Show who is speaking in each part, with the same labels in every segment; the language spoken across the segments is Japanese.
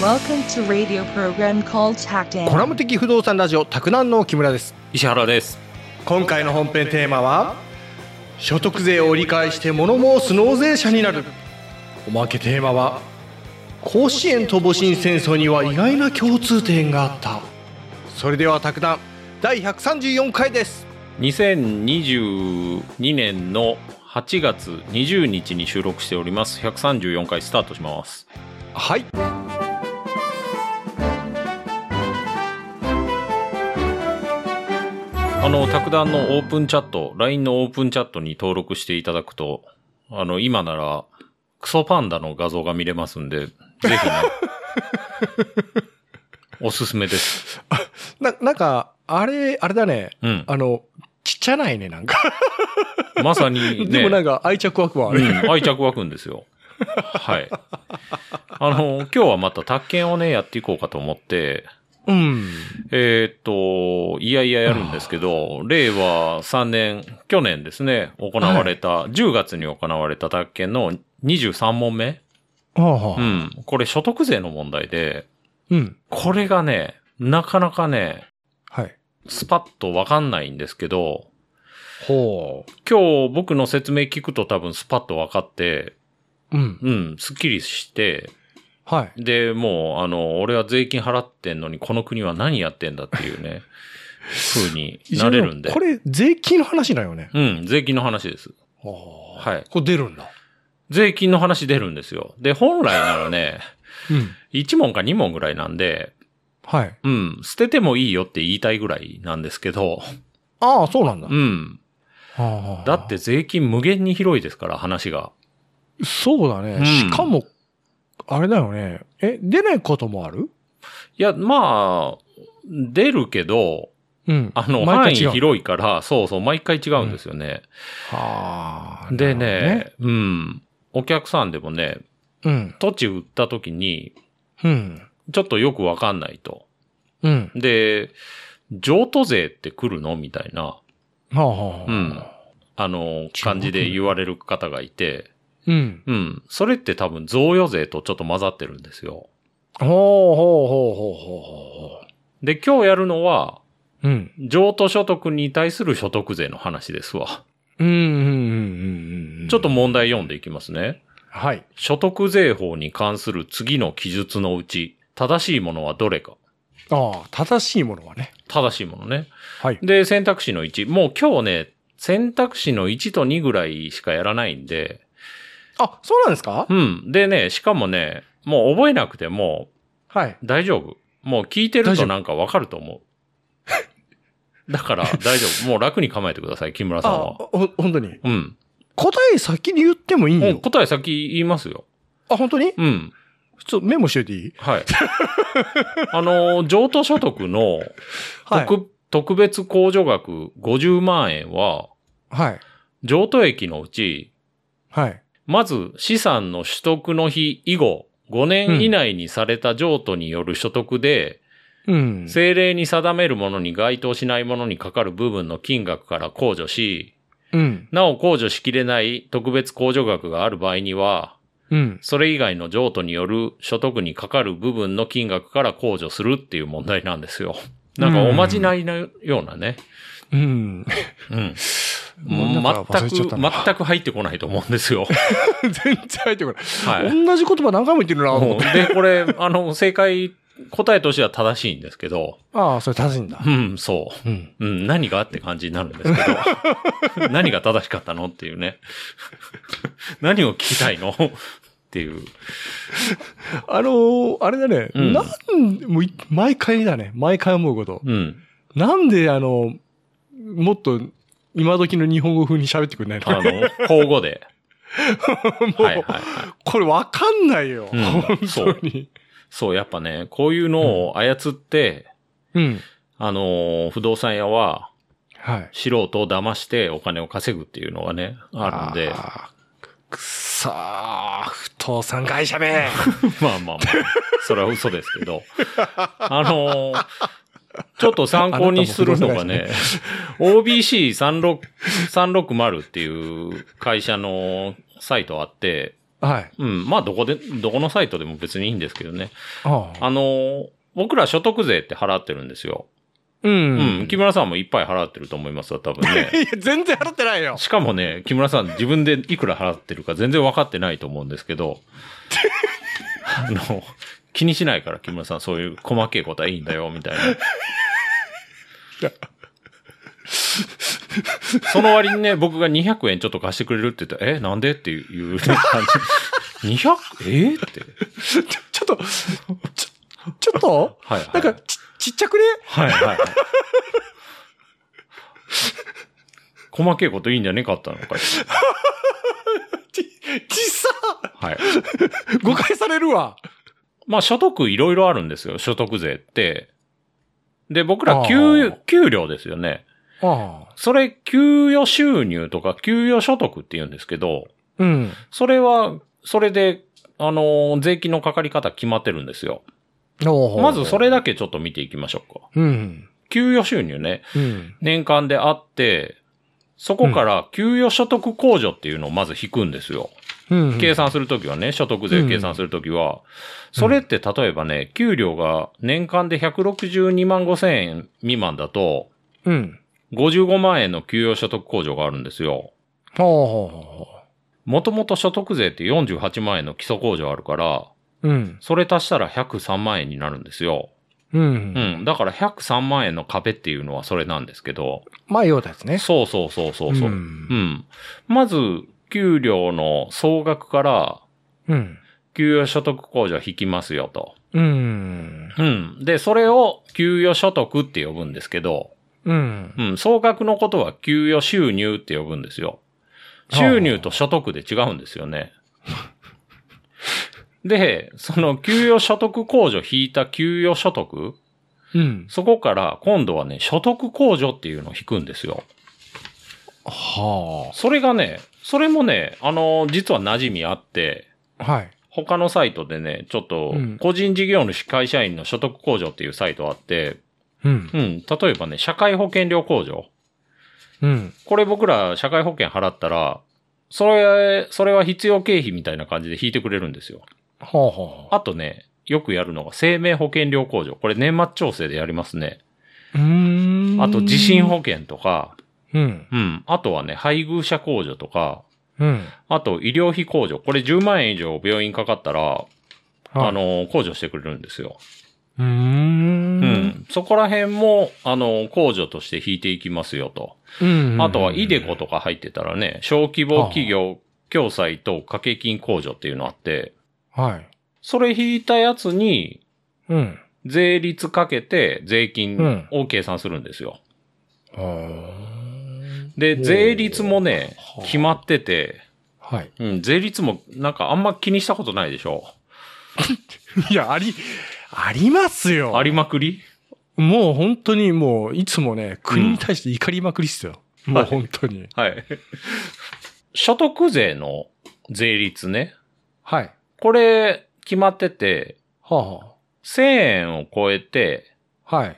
Speaker 1: Welcome to radio program called Hacked
Speaker 2: コ
Speaker 1: In.
Speaker 2: ラム的不動産ラジオ宅南の木村です
Speaker 3: 石原です
Speaker 2: 今回の本編テーマは所得税を理解して物申す納税者になるおまけテーマは甲子園と戊辰戦争には意外な共通点があったそれでは宅南第134回です
Speaker 3: 2022年の8月20日に収録しております134回スタートします
Speaker 2: はい
Speaker 3: あの卓談のオープンチャット LINE のオープンチャットに登録していただくとあの今ならクソパンダの画像が見れますんでぜひね おすすめです
Speaker 2: ななんかあれあれだね
Speaker 3: うん
Speaker 2: あのちっちゃないねなんか、
Speaker 3: まさに
Speaker 2: で
Speaker 3: ね
Speaker 2: もなんか愛着枠はあ
Speaker 3: う
Speaker 2: る、
Speaker 3: ん、愛着湧くんですよ。はい。あの、今日はまた宅建をね、やっていこうかと思って、
Speaker 2: うん、
Speaker 3: えーっと、いやいややるんですけど、令和3年、去年ですね、行われた、10月に行われた宅建の23問目。
Speaker 2: はあはあ
Speaker 3: うん。これ所得税の問題で、
Speaker 2: うん
Speaker 3: これがね、なかなかね、
Speaker 2: はい
Speaker 3: スパッとわかんないんですけど、
Speaker 2: ほ
Speaker 3: 今日僕の説明聞くと多分スパッとわかって、
Speaker 2: ううん
Speaker 3: うん、スッキリして、
Speaker 2: はい
Speaker 3: で、もう、あの、俺は税金払ってんのに、この国は何やってんだっていう ね、風になれるんで。
Speaker 2: これ、税金の話だよね。
Speaker 3: うん、税金の話です。
Speaker 2: はいこれ出るんだ。
Speaker 3: 税金の話出るんですよ。で、本来ならね、
Speaker 2: うん。
Speaker 3: 1問か2問ぐらいなんで、
Speaker 2: はい。
Speaker 3: うん、捨ててもいいよって言いたいぐらいなんですけど、
Speaker 2: ああ、そうなんだ
Speaker 3: う。ん。
Speaker 2: ああ
Speaker 3: だって、税金無限に広いですから、話が。
Speaker 2: そうだ
Speaker 3: う
Speaker 2: ね。
Speaker 3: ん
Speaker 2: しかも、あれだよね。え、出ないこともある
Speaker 3: いや、まあ、出るけど、
Speaker 2: うん
Speaker 3: あの、範囲広いから、そうそう、毎回違うんですよね。
Speaker 2: はあ。
Speaker 3: で
Speaker 2: なる
Speaker 3: ね、うん。お客さんでもね、
Speaker 2: ほどね。
Speaker 3: 土地売った時に、
Speaker 2: うん。うん。
Speaker 3: ちょっとよくわかんないと。
Speaker 2: うん。
Speaker 3: で、譲渡税って来るのみたいな、
Speaker 2: はあ、はあ。
Speaker 3: うん。あの、感じで言われる方がいて、
Speaker 2: うん。
Speaker 3: うん。それって多分贈与税とちょっと混ざってるんですよ。
Speaker 2: ほうほうほうほうほうほ
Speaker 3: で、今日やるのは、
Speaker 2: う。うん。
Speaker 3: 譲渡所得に対する所得税の話ですわ。
Speaker 2: うん、うん、うん、うん。
Speaker 3: ちょっと
Speaker 2: も、
Speaker 3: 問題読んでいきますね。
Speaker 2: はい。
Speaker 3: 所得税法に関する次の記述のうち、正しいものはどれか。
Speaker 2: ああ、正しいものはね。
Speaker 3: 正しいものね。
Speaker 2: はい。
Speaker 3: で、選択肢の1。もう今日ね、選択肢の1と2ぐらいしかやらないんで。
Speaker 2: あ、そうなんですか
Speaker 3: うん。でね、しかもね、もう覚えなくても
Speaker 2: はい。
Speaker 3: 大丈夫。もう聞いてる
Speaker 2: 大丈
Speaker 3: と
Speaker 2: 夫
Speaker 3: なんかわかると 思う。だから大丈夫。もう楽に構えてください、木村さん
Speaker 2: あ、
Speaker 3: は。
Speaker 2: ほ、本当に。
Speaker 3: うん。
Speaker 2: 答え先に言ってもいい
Speaker 3: も
Speaker 2: よ
Speaker 3: う。答え先言いますよ。
Speaker 2: あ、本当に
Speaker 3: うん。
Speaker 2: ちょっとメモしといていい
Speaker 3: はい。 あの、譲渡所得の
Speaker 2: はい
Speaker 3: 特,、。特別控除額50万円は、
Speaker 2: はい。
Speaker 3: 譲渡益のうち
Speaker 2: はい。
Speaker 3: まず、資産の取得の日以後、5年以内にされた譲渡による所得で、
Speaker 2: うん。
Speaker 3: 政令に定めるものに該当しないものにかかる部分の金額から控除し、
Speaker 2: うん。
Speaker 3: なお控除しきれない特別控除額がある場合には、
Speaker 2: うん。
Speaker 3: それ以外の譲渡による所得にかかる部分の金額から控除するっていう問題なんですよ。なんかおまじないのようなね。
Speaker 2: うん。
Speaker 3: うん。
Speaker 2: もうなんか忘れ
Speaker 3: 全く、
Speaker 2: ちゃったな
Speaker 3: 全く入ってこないと思うんです よ。
Speaker 2: 全然入ってこない。
Speaker 3: はい。
Speaker 2: 同じ言葉何回も言ってるな、思
Speaker 3: う
Speaker 2: っ
Speaker 3: ん
Speaker 2: て。
Speaker 3: で、これ、あの、正解、答えとしては正しいんですけど、
Speaker 2: ああ、それ正しいんだ
Speaker 3: う。ん、そ
Speaker 2: うん。
Speaker 3: う。うん、何がって感じになるんですけ ど、何が正しかったのっていうね。何を聞きたいのっていう。
Speaker 2: あのー、あれだね。
Speaker 3: うん
Speaker 2: なん、もうい、毎回だね。毎回思うこと。
Speaker 3: うん。
Speaker 2: なんで、あの、もっと、今時の日本語風に喋ってくれない
Speaker 3: あ
Speaker 2: の
Speaker 3: の、交互で。
Speaker 2: も、
Speaker 3: はいはいうはい。
Speaker 2: これわかんないよ。
Speaker 3: うん
Speaker 2: 本
Speaker 3: そう
Speaker 2: 当に。
Speaker 3: そう、やっぱね、こういうのを操って、
Speaker 2: うん。
Speaker 3: あのー、不動産屋は
Speaker 2: はい。
Speaker 3: 素人を騙してお金を稼ぐっていうのがね、あるんで、
Speaker 2: あー。くっさー、不動産会社め。
Speaker 3: まあまあまあ、それは嘘ですけど。あのーちょっと参考にするのがね、OBC360 っていう会社のサイトあって、
Speaker 2: はい。
Speaker 3: うん。まあ、どこで、どこのサイトでも別にいいんですけどね。
Speaker 2: ああ
Speaker 3: あのー僕ら所得税って払ってるんですよ。
Speaker 2: う。
Speaker 3: うんん。木
Speaker 2: い
Speaker 3: 村さんもいっぱい払ってると思いますわ、多分ね。
Speaker 2: や、全然払ってないよ。
Speaker 3: しかもね、木村さん自分でいくら払ってるか全然分かってないと思うんです けど、あの、気にしないから木村さんそういう細けいことはいいんだよ、みたい な。その割にね、僕が200円ちょっと貸してくれるって言ったら、え、なんでっていう感じ。200? えって。
Speaker 2: ちょちょっと、ちょ、ちょっと、
Speaker 3: はいはい。
Speaker 2: なんか、ち、ちっちゃくね
Speaker 3: はいはい。細けいこといいんじゃねかったのかよ。
Speaker 2: ちっさ
Speaker 3: はい。
Speaker 2: 誤解されるわ。
Speaker 3: まあ、所得いろいろあるんですよ、所得税って。で、僕
Speaker 2: あ
Speaker 3: ら
Speaker 2: あ
Speaker 3: 給、給料ですよね。
Speaker 2: ああ。
Speaker 3: それ、給与収入とか、給与所得って言うんですけど、
Speaker 2: うん。
Speaker 3: それは、それで、あのー税金のかかり方決まってるんですよ。まずそれだけちょっと見ていきましょうか。
Speaker 2: うん。
Speaker 3: 給与収入ね、
Speaker 2: うん。
Speaker 3: 年間であって、そこから給与所得控除っていうのをまず引くんですよ。
Speaker 2: うん。
Speaker 3: 計算するときはね、所得税計算するときは、それって例えばね、給料が年間で162万5千円未満だと、
Speaker 2: うん。
Speaker 3: 55万円の給与所得控除があるんですよ。
Speaker 2: ほうほうほうほ
Speaker 3: もともと所得税って48万円の基礎控除あるから、
Speaker 2: う。うん。
Speaker 3: それ足したら103万円になるんですよ。
Speaker 2: う。
Speaker 3: うんん。だから103万円の壁っていうのはそれなんですけど、
Speaker 2: まあ、ようですね。
Speaker 3: そうそうそうそうそう。
Speaker 2: う
Speaker 3: うん。
Speaker 2: ん。
Speaker 3: まず、給料の総額から、
Speaker 2: うん。
Speaker 3: 給与所得控除引きますよと。
Speaker 2: うん。
Speaker 3: うん。で、それを給与所得って呼ぶんですけど、
Speaker 2: うん。
Speaker 3: うん、総額のことは給与収入って呼ぶんですよ。収入と所得で違うんですよね。 で、その給与所得控除引いた給与所得、
Speaker 2: うん。
Speaker 3: そこから今度はね、所得控除っていうのを引くんですよ。
Speaker 2: は
Speaker 3: それがね、それもね、あの、実は馴染みあって、
Speaker 2: あ。はい。
Speaker 3: 他のサイトでね、ちょっと
Speaker 2: うん、
Speaker 3: 個人事業主会社員の所得控除っていうサイトあって、
Speaker 2: うん。
Speaker 3: うん、例えばね、社会保険料控除。
Speaker 2: うん。
Speaker 3: これ僕ら社会保険払ったら、それ、それは必要経費みたいな感じで引いてくれるんですよ。
Speaker 2: ほうほ
Speaker 3: あとね、よくやるのが生命保険料控除。これ年末調整でやりますね。
Speaker 2: う。うーん。
Speaker 3: あと地震保険とか、
Speaker 2: うん。
Speaker 3: うん。あとはね、配偶者控除とか、
Speaker 2: うん。
Speaker 3: あと医療費控除。これ10万円以上病院かかったら、あ、の、控除してくれるんですよ。
Speaker 2: うー。
Speaker 3: うんん。そこら辺も、あの、控除として引いていきますよと。
Speaker 2: うん。
Speaker 3: あとは、イデコとか入ってたらね、小規模企業共済と掛け金控除っていうのあって、
Speaker 2: はい。
Speaker 3: それ引いたやつに、
Speaker 2: うん。
Speaker 3: 税率かけて税
Speaker 2: うん
Speaker 3: 金を計算するんですよ。
Speaker 2: は
Speaker 3: で、
Speaker 2: おー
Speaker 3: 税率もね
Speaker 2: はあ、
Speaker 3: 決まってて、
Speaker 2: い。
Speaker 3: うん、税率もなんかあんま気にしたことないでしょ
Speaker 2: いや、あり、ありますよ。
Speaker 3: ありまくり
Speaker 2: もう本当にもう、いつもね、国に対して怒りまくりっすよ。もう本当に。
Speaker 3: はい。 所得税の税率ね。
Speaker 2: はい。
Speaker 3: これ、決まってて、
Speaker 2: は
Speaker 3: 1000円を超えて、
Speaker 2: あ。はい。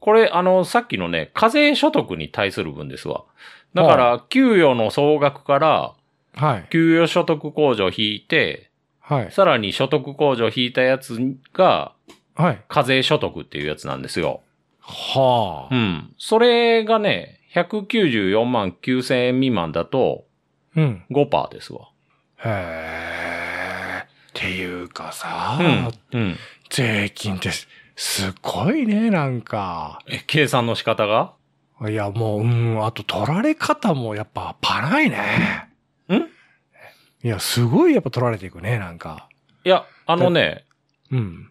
Speaker 3: これ、あの、さっきのね、課税所得に対する分ですわ。だから、給与の総額から、
Speaker 2: はい。
Speaker 3: 給与所得控除を引いて、
Speaker 2: はい。
Speaker 3: さらに所得控除を引いたやつが、
Speaker 2: はい。
Speaker 3: 課税所得っていうやつなんですよ。
Speaker 2: は
Speaker 3: う
Speaker 2: あ。
Speaker 3: ん。それがね、194万9000円未満だと
Speaker 2: うん。
Speaker 3: 5%ですわ。
Speaker 2: へえ。っていうかさ、
Speaker 3: うん。うん。
Speaker 2: 税金ってす、すごいね、なんか。
Speaker 3: え計算の仕方が
Speaker 2: いや、もう、うん、あと取られ方もやっぱパラいね。
Speaker 3: ん
Speaker 2: いや、すごいやっぱ取られていくね、なんか。
Speaker 3: いや、あのね、
Speaker 2: うん。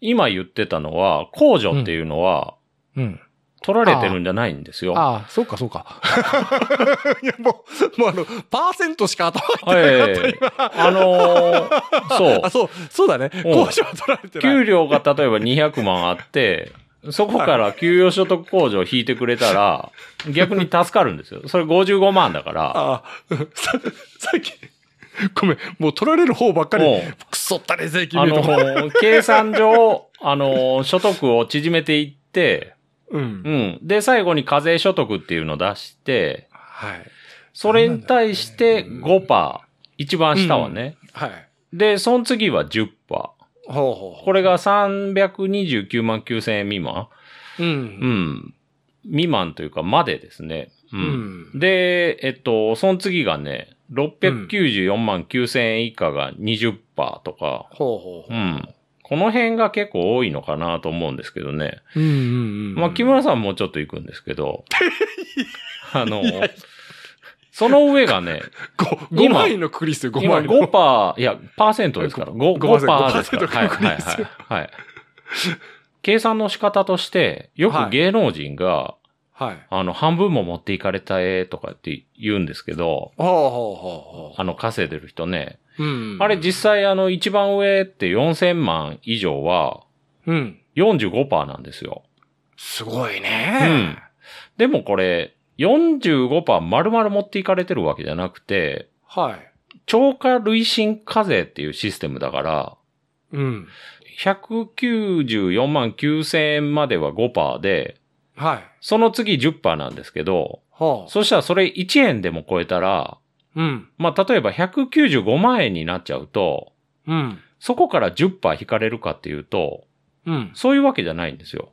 Speaker 3: 今言ってたのは、控除っていうのは、
Speaker 2: うん。
Speaker 3: 取られてるんじゃないんですよ。
Speaker 2: ああ、そうか、そうか。 いや、もう、もうあの、パーセントしか頭入ってなかった、
Speaker 3: ええ
Speaker 2: 今。
Speaker 3: あのーそう
Speaker 2: あ、。そう、そうだね。
Speaker 3: うん
Speaker 2: 交渉は取られてない。
Speaker 3: 給料が例えば200万あって、そこから給与所得控除を引いてくれたら、逆に助かるんですよ。それ55万だから。
Speaker 2: ああ、うんさ、さっき、ごめん、もう取られる方ばっかり
Speaker 3: もう、
Speaker 2: くそったね、税金
Speaker 3: あ
Speaker 2: 見ると。
Speaker 3: の、計算上、あの、所得を縮めていって、
Speaker 2: うん
Speaker 3: う。ん。で、最後に課税所得っていうのを出して、
Speaker 2: はい。
Speaker 3: それに対して
Speaker 2: なんだろうね
Speaker 3: 5%一番下はね。
Speaker 2: はい。
Speaker 3: で、その次は10%。
Speaker 2: ほうほうほう。
Speaker 3: これが329万9000円未満
Speaker 2: う。
Speaker 3: うんん。未満というか、までですね。う。
Speaker 2: うんん。
Speaker 3: で、えっと、その次がね、694万9000円以下が20%とか、
Speaker 2: ほうほうほ
Speaker 3: う
Speaker 2: う。
Speaker 3: ん。この辺が結構多いのかなと思うんですけどね。
Speaker 2: うんうんうん。
Speaker 3: まあ、木村さんもうちょっと行くんですけ ど、あの、その上がね、
Speaker 2: 5、
Speaker 3: 今
Speaker 2: 枚のクリス、5
Speaker 3: 今
Speaker 2: 枚の。
Speaker 3: 5パー、いや、パーセントですから、5%,
Speaker 2: 5%
Speaker 3: 5%ですから。
Speaker 2: 5%
Speaker 3: はい、はい、
Speaker 2: です
Speaker 3: はい
Speaker 2: よ。
Speaker 3: はい。計算の仕方として、よ
Speaker 2: は
Speaker 3: く
Speaker 2: い
Speaker 3: 芸能人が、
Speaker 2: はい。
Speaker 3: あの、半分も持っていかれたえとかって言うんですけど、
Speaker 2: ほうほうほうほ
Speaker 3: あの、稼いでる人ね。
Speaker 2: う。うん。
Speaker 3: あれ実際あの、一番上って4000万以上は
Speaker 2: うん。
Speaker 3: 45%なんですよ。
Speaker 2: すごいうね
Speaker 3: ん。。でもこれ、45%丸々持っていかれてるわけじゃなくて、
Speaker 2: はい。
Speaker 3: 超過累進課税っていうシステムだから、
Speaker 2: うん。
Speaker 3: 194万9000円までは5%で、
Speaker 2: はい。
Speaker 3: その次10%なんですけど、
Speaker 2: ほ
Speaker 3: そしたらそれ1円でも超えたら、
Speaker 2: う。うん。
Speaker 3: まあ、例えば195万円になっちゃうと、
Speaker 2: うん。
Speaker 3: そこから10%引かれるかっていうと、
Speaker 2: うん。
Speaker 3: そういうわけじゃないんですよ。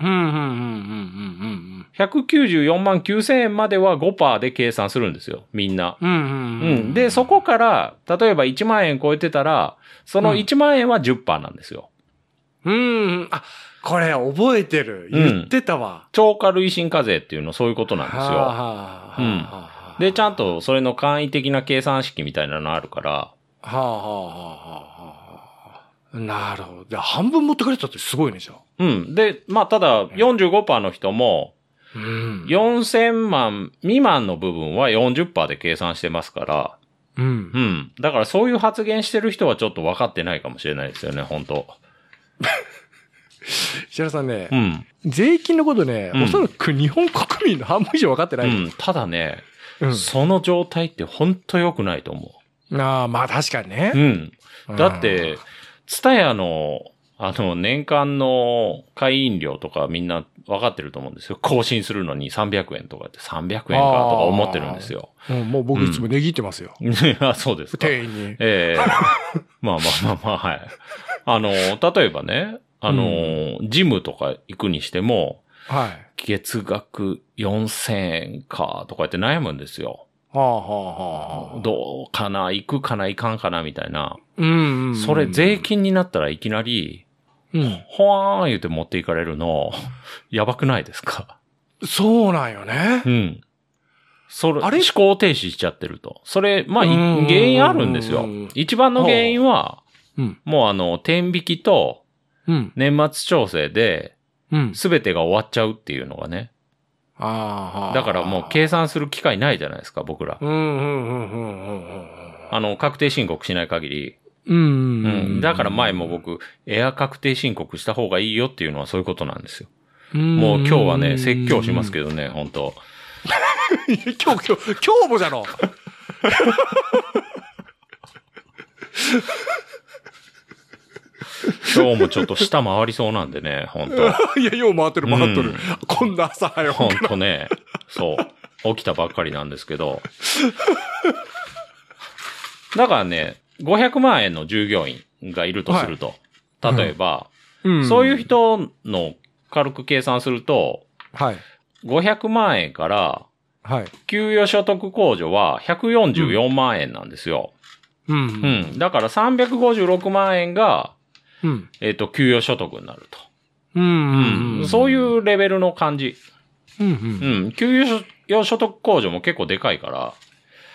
Speaker 2: うん。うん。うん。うん。
Speaker 3: 194万9000円までは5%で計算するんですよ、みんな。
Speaker 2: うん。うん。
Speaker 3: う
Speaker 2: うん
Speaker 3: ん。で、そこから、例えば1万円超えてたら、その1万円は10%なんですよ。
Speaker 2: うん。あ、これ覚えてる。言ってたわ。
Speaker 3: 超過累進課税っていうのはそういうことなんですよ。
Speaker 2: は
Speaker 3: うん
Speaker 2: あ
Speaker 3: で、ちゃんとそれの簡易的な計算式みたいなのあるから、
Speaker 2: はあはあはあはあはあ。なるほど。で、半分持ってかれたってすごいね、じゃあ。
Speaker 3: うん。で、まあ、ただ45%の人も、
Speaker 2: うん。
Speaker 3: 4000万未満の部分は40%で計算してますから、
Speaker 2: う。
Speaker 3: うんん。だからそういう発言してる人はちょっと分かってないかもしれないですよね、本当
Speaker 2: 石原さんね
Speaker 3: う、ん。
Speaker 2: 税金のことね、
Speaker 3: うん
Speaker 2: おそらく日本国民の半分以上分かって
Speaker 3: う
Speaker 2: ない。
Speaker 3: ん。ただね、
Speaker 2: う
Speaker 3: その状態って本当良くないと思
Speaker 2: ん。ああ、まあ確かにね
Speaker 3: う。う。ん。
Speaker 2: うん
Speaker 3: だって、、ツタヤの、あの、年間の会員料とかみんな分かってると思うんですよ。更新するのに300円とかって300円かとか思ってるんですよ。
Speaker 2: うんもう僕いつも値切ってますよ。
Speaker 3: あ そうですか。
Speaker 2: 店員に。
Speaker 3: ええ まあまあまあまあ、はい。あの、例えばね、あの、ジムとか行くにしても、
Speaker 2: はい。
Speaker 3: 月額4000円かとかって悩むんですよ。
Speaker 2: はあはあはあ。
Speaker 3: どうかな、行くかな、行かんかな、みたいな。
Speaker 2: うんうんうん。
Speaker 3: それ税金になったらいきなり、
Speaker 2: うん。
Speaker 3: ほわーん言うて持っていかれ るの、やばくないですか
Speaker 2: そうなんよね
Speaker 3: う。ん。それ、
Speaker 2: あれ
Speaker 3: 思考停止しちゃってると。それ、まあ、い
Speaker 2: うんうんうんうん
Speaker 3: 原因あるんですよ。一番の原因は、
Speaker 2: うん。
Speaker 3: もうあの、天引きと
Speaker 2: うん。
Speaker 3: 年末調整で
Speaker 2: うん。
Speaker 3: 全てが終わっちゃうっていうのがね。
Speaker 2: ああはあ
Speaker 3: だからもう計算する機会ないじゃないですか、僕ら
Speaker 2: う。んうんうんうんうんうん
Speaker 3: あの、確定申告しない限り。
Speaker 2: うん。
Speaker 3: う
Speaker 2: うん
Speaker 3: ん。だから前も、僕、エア確定申告した方がいいよっていうのはそういうことなんですよ。もう今日はね、説教しますけ
Speaker 2: ど。
Speaker 3: どね、本当
Speaker 2: 今日、今日、今日もじゃろ
Speaker 3: 今日もちょっと下回りそうなんでね、本 当
Speaker 2: いや、よう回ってる、回っと
Speaker 3: う
Speaker 2: る
Speaker 3: ん。
Speaker 2: こんな朝早く
Speaker 3: 本。当ね、そう、起きたばっかりなんですけど。だからね、500万円の従業員がいるとすると、
Speaker 2: はい
Speaker 3: 例えば、
Speaker 2: うん
Speaker 3: そういう。人の軽く計算すると、
Speaker 2: はい。
Speaker 3: 500万円から、
Speaker 2: はい。
Speaker 3: 給与所得控除は144万円なんですよ。
Speaker 2: う。
Speaker 3: うんん。だから356万円が、
Speaker 2: うん。
Speaker 3: えっ、と、給与所得になると。
Speaker 2: う
Speaker 3: うん。そうい。うレベルの感じ。
Speaker 2: うんう。
Speaker 3: うんん。給与所得控除も結構でかいから、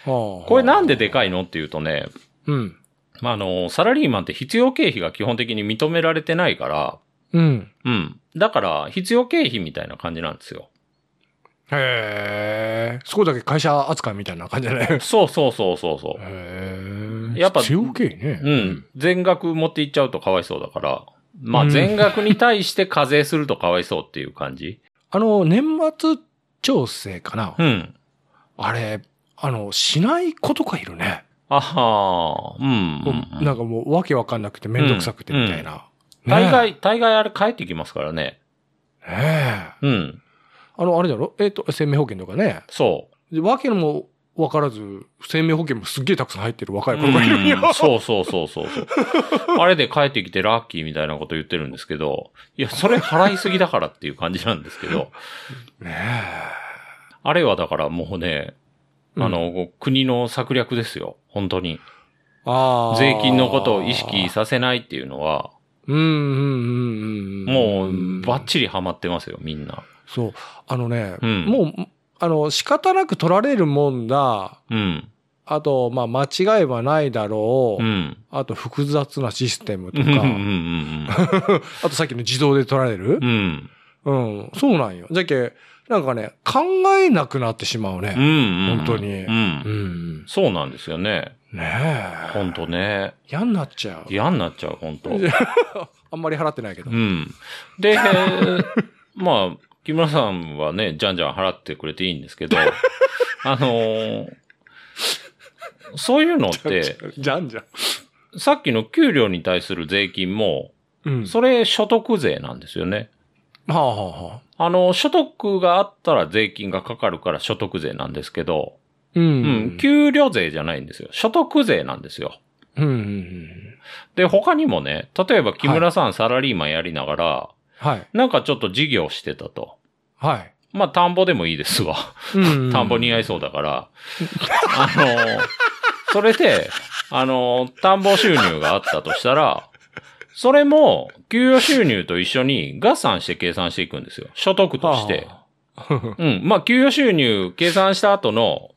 Speaker 3: こ
Speaker 2: こ
Speaker 3: れなんででかいのっていうとね、
Speaker 2: うん。
Speaker 3: まあ、あの、サラリーマンって必要経費が基本的に認められてないから、
Speaker 2: うん。
Speaker 3: うん。だから、必要経費みたいな感じなんですよ。
Speaker 2: へえ。そこだけ会社扱いみたいな感じだ ね。
Speaker 3: そうそうそうそうそ
Speaker 2: へえ。
Speaker 3: やっぱ
Speaker 2: 強気ね。
Speaker 3: う。うん。。全額持っていっちゃうとかわいそうだから、まあ、
Speaker 2: うん
Speaker 3: 全額に対して課税するとかわいそうっていう感じ。
Speaker 2: あの、年末調整かな
Speaker 3: う。ん。
Speaker 2: あれ、あの、しない子とかいるね。
Speaker 3: あはーうんうんうん。
Speaker 2: なんかもう、わけわかんなくてめんどくさくてみたいな。
Speaker 3: 大
Speaker 2: ね
Speaker 3: 概、大概あれ帰ってきますからね。
Speaker 2: え。ねえ
Speaker 3: うん。
Speaker 2: あの、あれだろえっと、生命保険とかね。
Speaker 3: そう。
Speaker 2: でわけのもわからず、生命保険もすっげえたくさん入ってる若い子がいるんよ。
Speaker 3: うんそうそうそうそうそう。あれで帰ってきてラッキーみたいなこと言ってるんですけど、いや、それ払いすぎだからっていう感じなんですけど、
Speaker 2: ね
Speaker 3: あれはだからもうね、
Speaker 2: うん
Speaker 3: あの、国の策略ですよ。本当に。
Speaker 2: え。ああ。
Speaker 3: 税金のことを意識させないっていうのは、
Speaker 2: うんうんうんうん。
Speaker 3: も
Speaker 2: ん
Speaker 3: う、バッチリハマってますよ、みんな。
Speaker 2: そう。あのね、
Speaker 3: うん
Speaker 2: もう、あの、仕方なく取られるもんだ。
Speaker 3: うん。
Speaker 2: あと、まあ、間違いはないだろう。
Speaker 3: うん。
Speaker 2: あと、複雑なシステム
Speaker 3: う
Speaker 2: と
Speaker 3: んうんう
Speaker 2: か。
Speaker 3: ん
Speaker 2: あと、さっきの自動で取られる
Speaker 3: うん。う。ん。
Speaker 2: うん。そうなんよ。じゃけ、なんかね、考えなくなってしまう
Speaker 3: うん
Speaker 2: ね。
Speaker 3: うんうん。
Speaker 2: 本当に
Speaker 3: う
Speaker 2: ん。
Speaker 3: ん。そうなんですよね。
Speaker 2: ねえ。
Speaker 3: 本当ね。
Speaker 2: 嫌になっちゃう。
Speaker 3: 嫌になっちゃう、本当。
Speaker 2: あんまり払ってないけど
Speaker 3: う。ん。で、 えーまあ、木村さんはね、じゃんじゃん払ってくれていいんです けど、あのーそういうのって、
Speaker 2: じゃんじゃん。
Speaker 3: さっきの給料に対する税金も、
Speaker 2: うん。
Speaker 3: それ所得税なんですよね。
Speaker 2: はあはあはあ。
Speaker 3: あの、所得があったら税金がかかるから所得税なんですけど、
Speaker 2: う
Speaker 3: うんん、。給料税じゃないんですよ。所得税なんですよ。
Speaker 2: うんうんうん。
Speaker 3: で、他にもね、例えば木村さんサラリーマンやりながら、
Speaker 2: はい。
Speaker 3: なんかちょっと事業してたと。
Speaker 2: はい。
Speaker 3: まあ、田んぼでもいいですわ。
Speaker 2: うん
Speaker 3: 田んぼ似合いそうだから、あの、それで、あの、田んぼ収入があったとしたら、それも、給与収入と一緒に合算して計算していくんですよ。所得として。
Speaker 2: は
Speaker 3: うん。まあ、給与収入計算した後の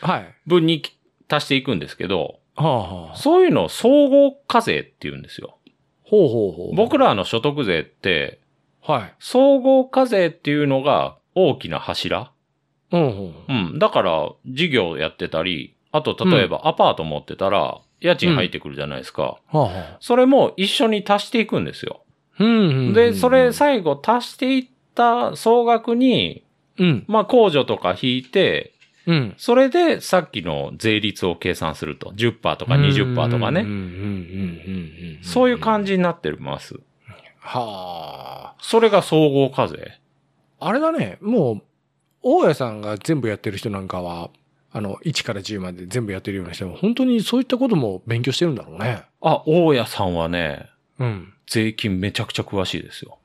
Speaker 2: はい。
Speaker 3: 分に足していくんですけど、
Speaker 2: はあはあ。
Speaker 3: そういうのを総合課税って言うんですよ。
Speaker 2: ほうほうほう。
Speaker 3: 僕らの所得税って、
Speaker 2: はい。
Speaker 3: 総合課税っていうのが大きな柱。
Speaker 2: うんうん。
Speaker 3: うん。だから、事業やってたり、あと、例えば、アパート持ってたら、家賃入ってくるじゃないですか。
Speaker 2: はあはあ。
Speaker 3: それも一緒に足していくんですよ。
Speaker 2: うんうんうん。
Speaker 3: で、それ最後足していった総額に、
Speaker 2: うん。
Speaker 3: まあ、控除とか引いて、
Speaker 2: うん。
Speaker 3: それでさっきの税率を計算すると。10%とか20%とか
Speaker 2: うんうん
Speaker 3: ね。
Speaker 2: うんうんうん。
Speaker 3: そういう感
Speaker 2: じ。
Speaker 3: じになってます。
Speaker 2: はあ。
Speaker 3: それが総合課税。
Speaker 2: あれだね、もう、大家さんが全部やってる人なんかは、あの、1から10まで全部やってるような人も、本当にそういったことも勉強してるんだろうね。
Speaker 3: あ、大家さんはね、
Speaker 2: うん。
Speaker 3: 税金めちゃくちゃ詳しいですよ。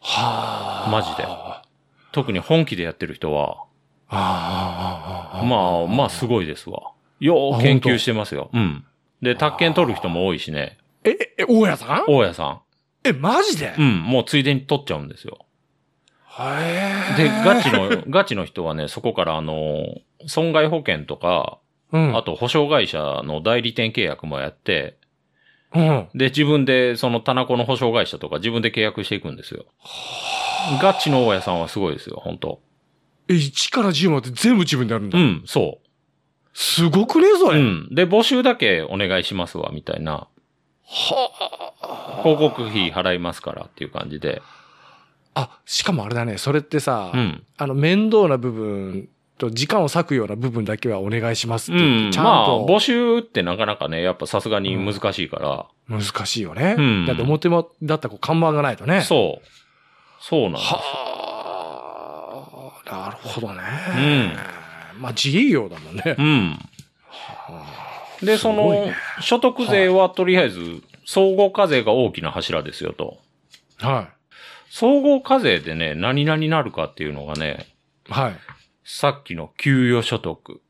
Speaker 2: はあ。
Speaker 3: マジで
Speaker 2: あ
Speaker 3: 特に本気でやってる人は、
Speaker 2: あ。
Speaker 3: まあ、まあ、すごいですわ。よ
Speaker 2: あ
Speaker 3: う研究してますよ。うん。で、宅建取る人も多いしね。
Speaker 2: え、え、大家さん
Speaker 3: 大家さ
Speaker 2: え、マジで
Speaker 3: ん。うん。もうついでに取っちゃうんですよ。
Speaker 2: へえ。
Speaker 3: で、ガチ の、ガチの人はね、そこからあの、損害保険とか、
Speaker 2: うん。
Speaker 3: あと保証会社の代理店契約もやって、
Speaker 2: うん。
Speaker 3: で、自分でその棚子の保証会社とか自分で契約していくんですよ。ガチの大家さんはすごいですよ、本当
Speaker 2: え、1から10まで全部自分でやるんだ
Speaker 3: う。ん、そ。
Speaker 2: すごくねそうれ。
Speaker 3: うん。で、募集だけお願いしますわ、みたいな。
Speaker 2: はあ。
Speaker 3: 広告費払いますからっていう感じで。
Speaker 2: あ、しかもあれだね、それってさ、
Speaker 3: うん。
Speaker 2: あの、面倒な部分と時間を割くような部分だけはお願いします
Speaker 3: う
Speaker 2: って言って、
Speaker 3: ん。
Speaker 2: ちゃん
Speaker 3: まあ、募
Speaker 2: と
Speaker 3: 集ってなかなかね、やっぱさすがに難しいか
Speaker 2: 難しいよね。
Speaker 3: うん
Speaker 2: だって表もだったらこう看板がないと
Speaker 3: ら。
Speaker 2: ね。
Speaker 3: そう。そうなんです。
Speaker 2: はあ、なるほどね。まあ、自営業だもんね
Speaker 3: う。ん。で、そ
Speaker 2: すごい
Speaker 3: の
Speaker 2: ね、
Speaker 3: 所得税はとりあえず、総合課税が大きな柱ですよと。
Speaker 2: は
Speaker 3: 総合課税でね、何々になるかっていうのがね、
Speaker 2: い。はい。
Speaker 3: さっきの給与所得。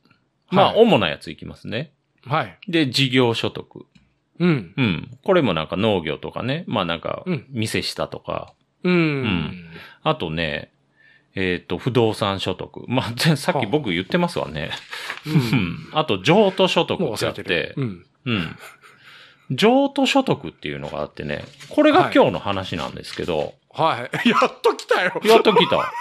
Speaker 3: まあ、
Speaker 2: はい
Speaker 3: 主なやついきますね。
Speaker 2: はい。
Speaker 3: で、事業所得。
Speaker 2: うん。
Speaker 3: うん。これもなんか農業とかね。まあなんか
Speaker 2: うん、
Speaker 3: 店下とか。
Speaker 2: うん。
Speaker 3: んあとね、えっ、と、不動産所得。まあ、 ぜさっき僕言ってますわね。
Speaker 2: う。
Speaker 3: うんん。あと、譲渡所得
Speaker 2: もう
Speaker 3: って
Speaker 2: 忘
Speaker 3: あ
Speaker 2: れ
Speaker 3: ってて
Speaker 2: る。、うん。
Speaker 3: うん。譲渡所得っていうのがあってね、これが今日の話なんですけど、
Speaker 2: はい。 やっと来たよ。
Speaker 3: やっと来た。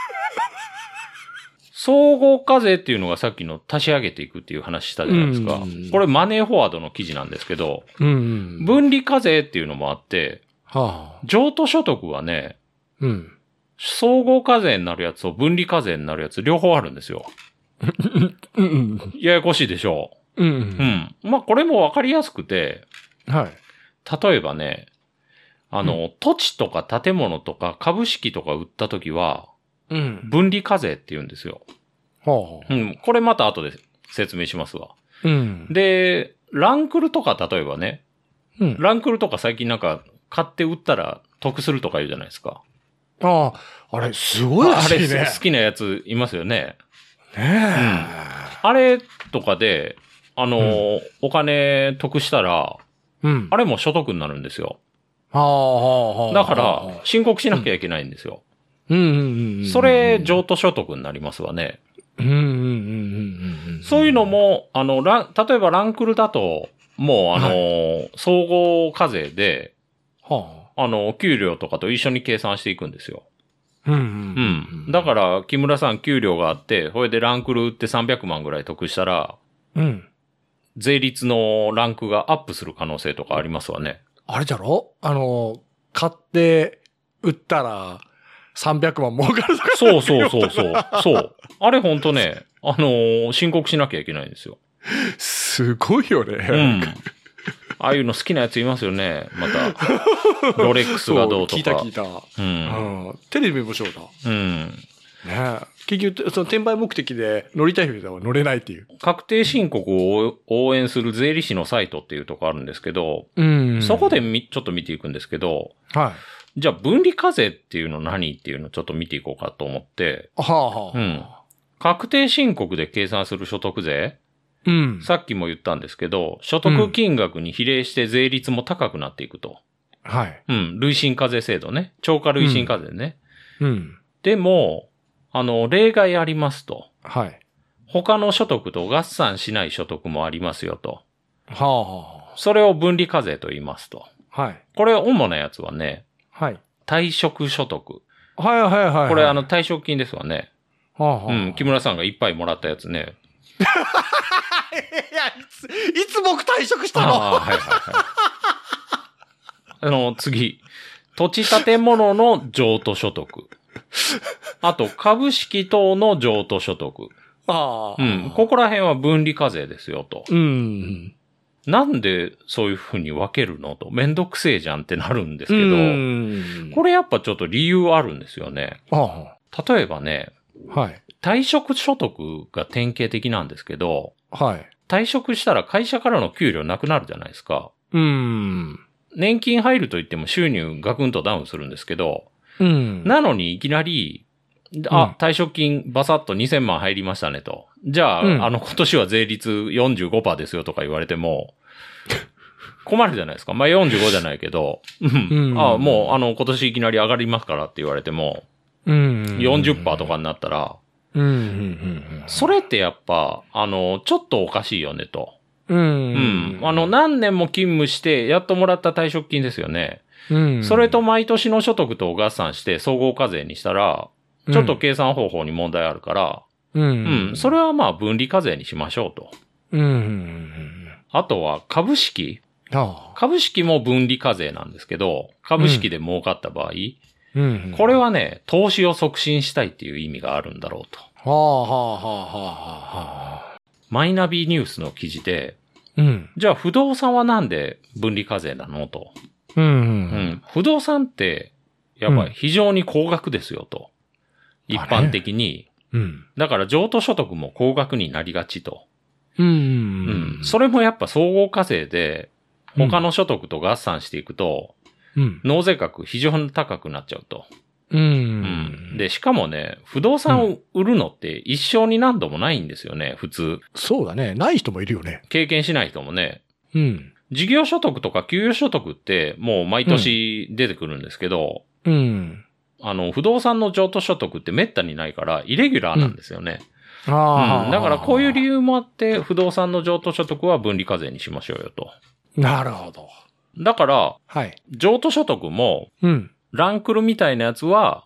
Speaker 3: 総合課税っていうのがさっきの足し上げていくっていう話したじゃないですか
Speaker 2: うんうんうん。
Speaker 3: これマネーフォワードの記事なんですけど、
Speaker 2: うんは
Speaker 3: 分離課税っていうのもあって、
Speaker 2: あ。
Speaker 3: 譲渡所得はね、
Speaker 2: うん。
Speaker 3: 総合課税になるやつと分離課税になるやつ両方あるんですよ。
Speaker 2: うんうん。
Speaker 3: ややこしいでしょ
Speaker 2: う。
Speaker 3: う。うんん。まあこれもわかりやすくて、
Speaker 2: はい。
Speaker 3: 例えばね、あの、土地とか建物とか株式とか売った時は、
Speaker 2: うん。
Speaker 3: 分離課税って言うんですよ。
Speaker 2: は
Speaker 3: うん。これまた後で説明しますわ。
Speaker 2: うん。
Speaker 3: で、ランクルとか例えばね、
Speaker 2: うん。
Speaker 3: ランクルとか最近なんか買って売ったら得するとか言うじゃないですか。
Speaker 2: ああ、あれ、すごいら
Speaker 3: あ
Speaker 2: し
Speaker 3: れ
Speaker 2: いね。
Speaker 3: 好きなやついますよね。
Speaker 2: ね
Speaker 3: あれとかで、あの、お金得したら、
Speaker 2: え。うん。
Speaker 3: あれも所得になるんですよ。
Speaker 2: はあはあはあ。
Speaker 3: だから、、申告しなきゃいけないんですよ。
Speaker 2: うんうんうん。
Speaker 3: それ、譲渡所得になりますわね。
Speaker 2: うんうんうんうんうん。
Speaker 3: そういうの、も、あの、ラン例えばランクルだと、もう、あの、
Speaker 2: は
Speaker 3: 総合課税で、
Speaker 2: は
Speaker 3: あの、給料とかと一緒に計算していくんですよ。
Speaker 2: あ。うん
Speaker 3: う
Speaker 2: うん
Speaker 3: ん。だから、木村さん給料があって、それでランクル売って300万ぐらい得したら、
Speaker 2: ら、うん。
Speaker 3: 税率のランクがアップする可能性とかありますわね。
Speaker 2: あれじゃろあの、買って、売ったら、300万儲かると か。
Speaker 3: そうそうそうそう。 そう。あれほんとね、あのー申告しなきゃいけないんですよ。
Speaker 2: すごいよね。
Speaker 3: うん。ああいうの好きなやついますよね。また。 ロレックスがどうと
Speaker 2: 聞いた
Speaker 3: か
Speaker 2: 聞い。た。
Speaker 3: うん。
Speaker 2: うん。テレビもそうだ。
Speaker 3: うん。
Speaker 2: ねえ結局、その転売目的で乗りたい人は乗れないっていう。
Speaker 3: 確定申告を応援する税理士のサイトっていうとこあるんですけど、
Speaker 2: うん
Speaker 3: そこで、みちょっと見ていくんですけど、
Speaker 2: はい。
Speaker 3: じゃあ分離課税っていうの何っていうのをちょっと見ていこうかと思って、
Speaker 2: はあは
Speaker 3: う
Speaker 2: あ。
Speaker 3: ん。確定申告で計算する所得税、
Speaker 2: うん。
Speaker 3: さっきも言ったんですけど、所得金額に比例して税率も高くなっていくと。
Speaker 2: はい。
Speaker 3: うん。累進課税制度ね。超過累進課税ね。
Speaker 2: うん。
Speaker 3: でも、あの、例外ありますと。
Speaker 2: はい。
Speaker 3: 他の所得と合算しない所得もありますよと。
Speaker 2: はあは
Speaker 3: それを分離課税と言いますと。
Speaker 2: あ。はい。
Speaker 3: これ主なやつはね、
Speaker 2: はい。
Speaker 3: 退職所得。
Speaker 2: はいはいはい。
Speaker 3: これあの、退職金ですわね。
Speaker 2: はあはあ、
Speaker 3: うん、木村さんがいっぱいもらったやつね。
Speaker 2: いや、いつ、いつ僕退職し
Speaker 3: あ
Speaker 2: たの
Speaker 3: あ、はいはいはい。 あの、次。土地建物の譲渡所得。あと、株式等の譲渡所得。
Speaker 2: ああ。
Speaker 3: うん。ここら辺は分離課税ですよ、と。
Speaker 2: うん。
Speaker 3: なんでそういうふうに分けるのと。めんどくせえじゃんってなるんです
Speaker 2: う
Speaker 3: け
Speaker 2: ん。
Speaker 3: ど、これやっぱちょっと理由あるんですよね。
Speaker 2: れ、あ
Speaker 3: 例えばね、
Speaker 2: あ。はい。
Speaker 3: 退職所得が典型的なんですけど、
Speaker 2: はい。
Speaker 3: 退職したら会社からの給料なくなるじゃないですか。
Speaker 2: うん。
Speaker 3: 年金入ると言っても収入ガクンとダウンするんですけど、
Speaker 2: うん。
Speaker 3: なのにいきなり、あ、退職金バサッと2000万入りましたねと。じゃあ、
Speaker 2: うん
Speaker 3: あの、今年は税率45%ですよとか言われても、 困るじゃないですか。まあ、45じゃないけど、うん
Speaker 2: うん
Speaker 3: あもう、あの、今年いきなり上がりますからって言われても、
Speaker 2: うん。
Speaker 3: 40%と。かになったら、
Speaker 2: うん。うん。
Speaker 3: それってやっぱ、あの、ちょっとおかしいよねと。
Speaker 2: う
Speaker 3: うんん。。あの、、何年も勤務して、やっともらった退職金ですよね。
Speaker 2: うん。
Speaker 3: それと、毎年の所得と合算して総合課税にしたら、ちょっと、計算方法に問題あるから、
Speaker 2: う。
Speaker 3: うんん、それはまあ分離課税にしましょうと。
Speaker 2: うん。
Speaker 3: あとは株式。
Speaker 2: ああ。
Speaker 3: 株式も分離課税なんですけど、株式で儲かった場合、
Speaker 2: うん。
Speaker 3: これ
Speaker 2: は、
Speaker 3: はね、投資を促進したいっていう意味があるんだろうと。
Speaker 2: はあはあはあはあはあ。
Speaker 3: マイナビニュースの記事で、
Speaker 2: うん。
Speaker 3: じゃあ不動産はなんで分離課税なのと。
Speaker 2: う。
Speaker 3: うんん、不動産って、やっぱり非常に高額ですよと。
Speaker 2: うん
Speaker 3: 一般的に、
Speaker 2: うん。
Speaker 3: だから譲渡所得も高額になりがちと。
Speaker 2: うん。
Speaker 3: うん。それもやっぱ総合課税で、他の所得と合算していくと、
Speaker 2: うん。
Speaker 3: 納税額非常に高くなっちゃうと。
Speaker 2: う。、
Speaker 3: うんで、しかもね、不動産を売るのって一生に何度もないんですよね、普通。
Speaker 2: そうだね。ない人もいるよね。
Speaker 3: 経験しない人もね。
Speaker 2: うん。
Speaker 3: 事業所得とか給与所得ってもう毎年出てくるんですけど、
Speaker 2: うん。
Speaker 3: あの、不動産の譲渡所得って滅多にないから、イレギュラーなんですよね。
Speaker 2: あ
Speaker 3: う
Speaker 2: あ。
Speaker 3: んだからこういう理由もあって、不動産の譲渡所得は分離課税にしましょうよと。
Speaker 2: なるほど。
Speaker 3: だから、
Speaker 2: はい。
Speaker 3: 譲渡所得も、
Speaker 2: うん。
Speaker 3: ランクルみたいなやつは、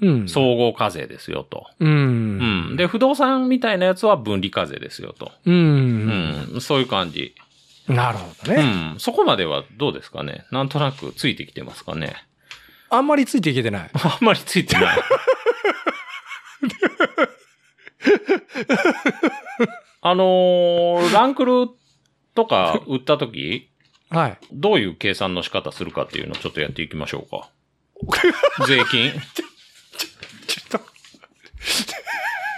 Speaker 2: うん。
Speaker 3: 総合課税ですよと。
Speaker 2: う。う。
Speaker 3: うんん。で、不動産みたいなやつは分離課税ですよと。
Speaker 2: う。
Speaker 3: うんん。そういう感じ。
Speaker 2: なるほど
Speaker 3: う
Speaker 2: ね。
Speaker 3: ん。そこまではどうですかねなんとなくついてきてますかね
Speaker 2: あんまりついていけてない。
Speaker 3: あんまりついてない。 あのーランクルとか売った時
Speaker 2: はい。
Speaker 3: どういう計算の仕方するかっていうのをちょっとやっていきましょう か。税金
Speaker 2: ちょっと。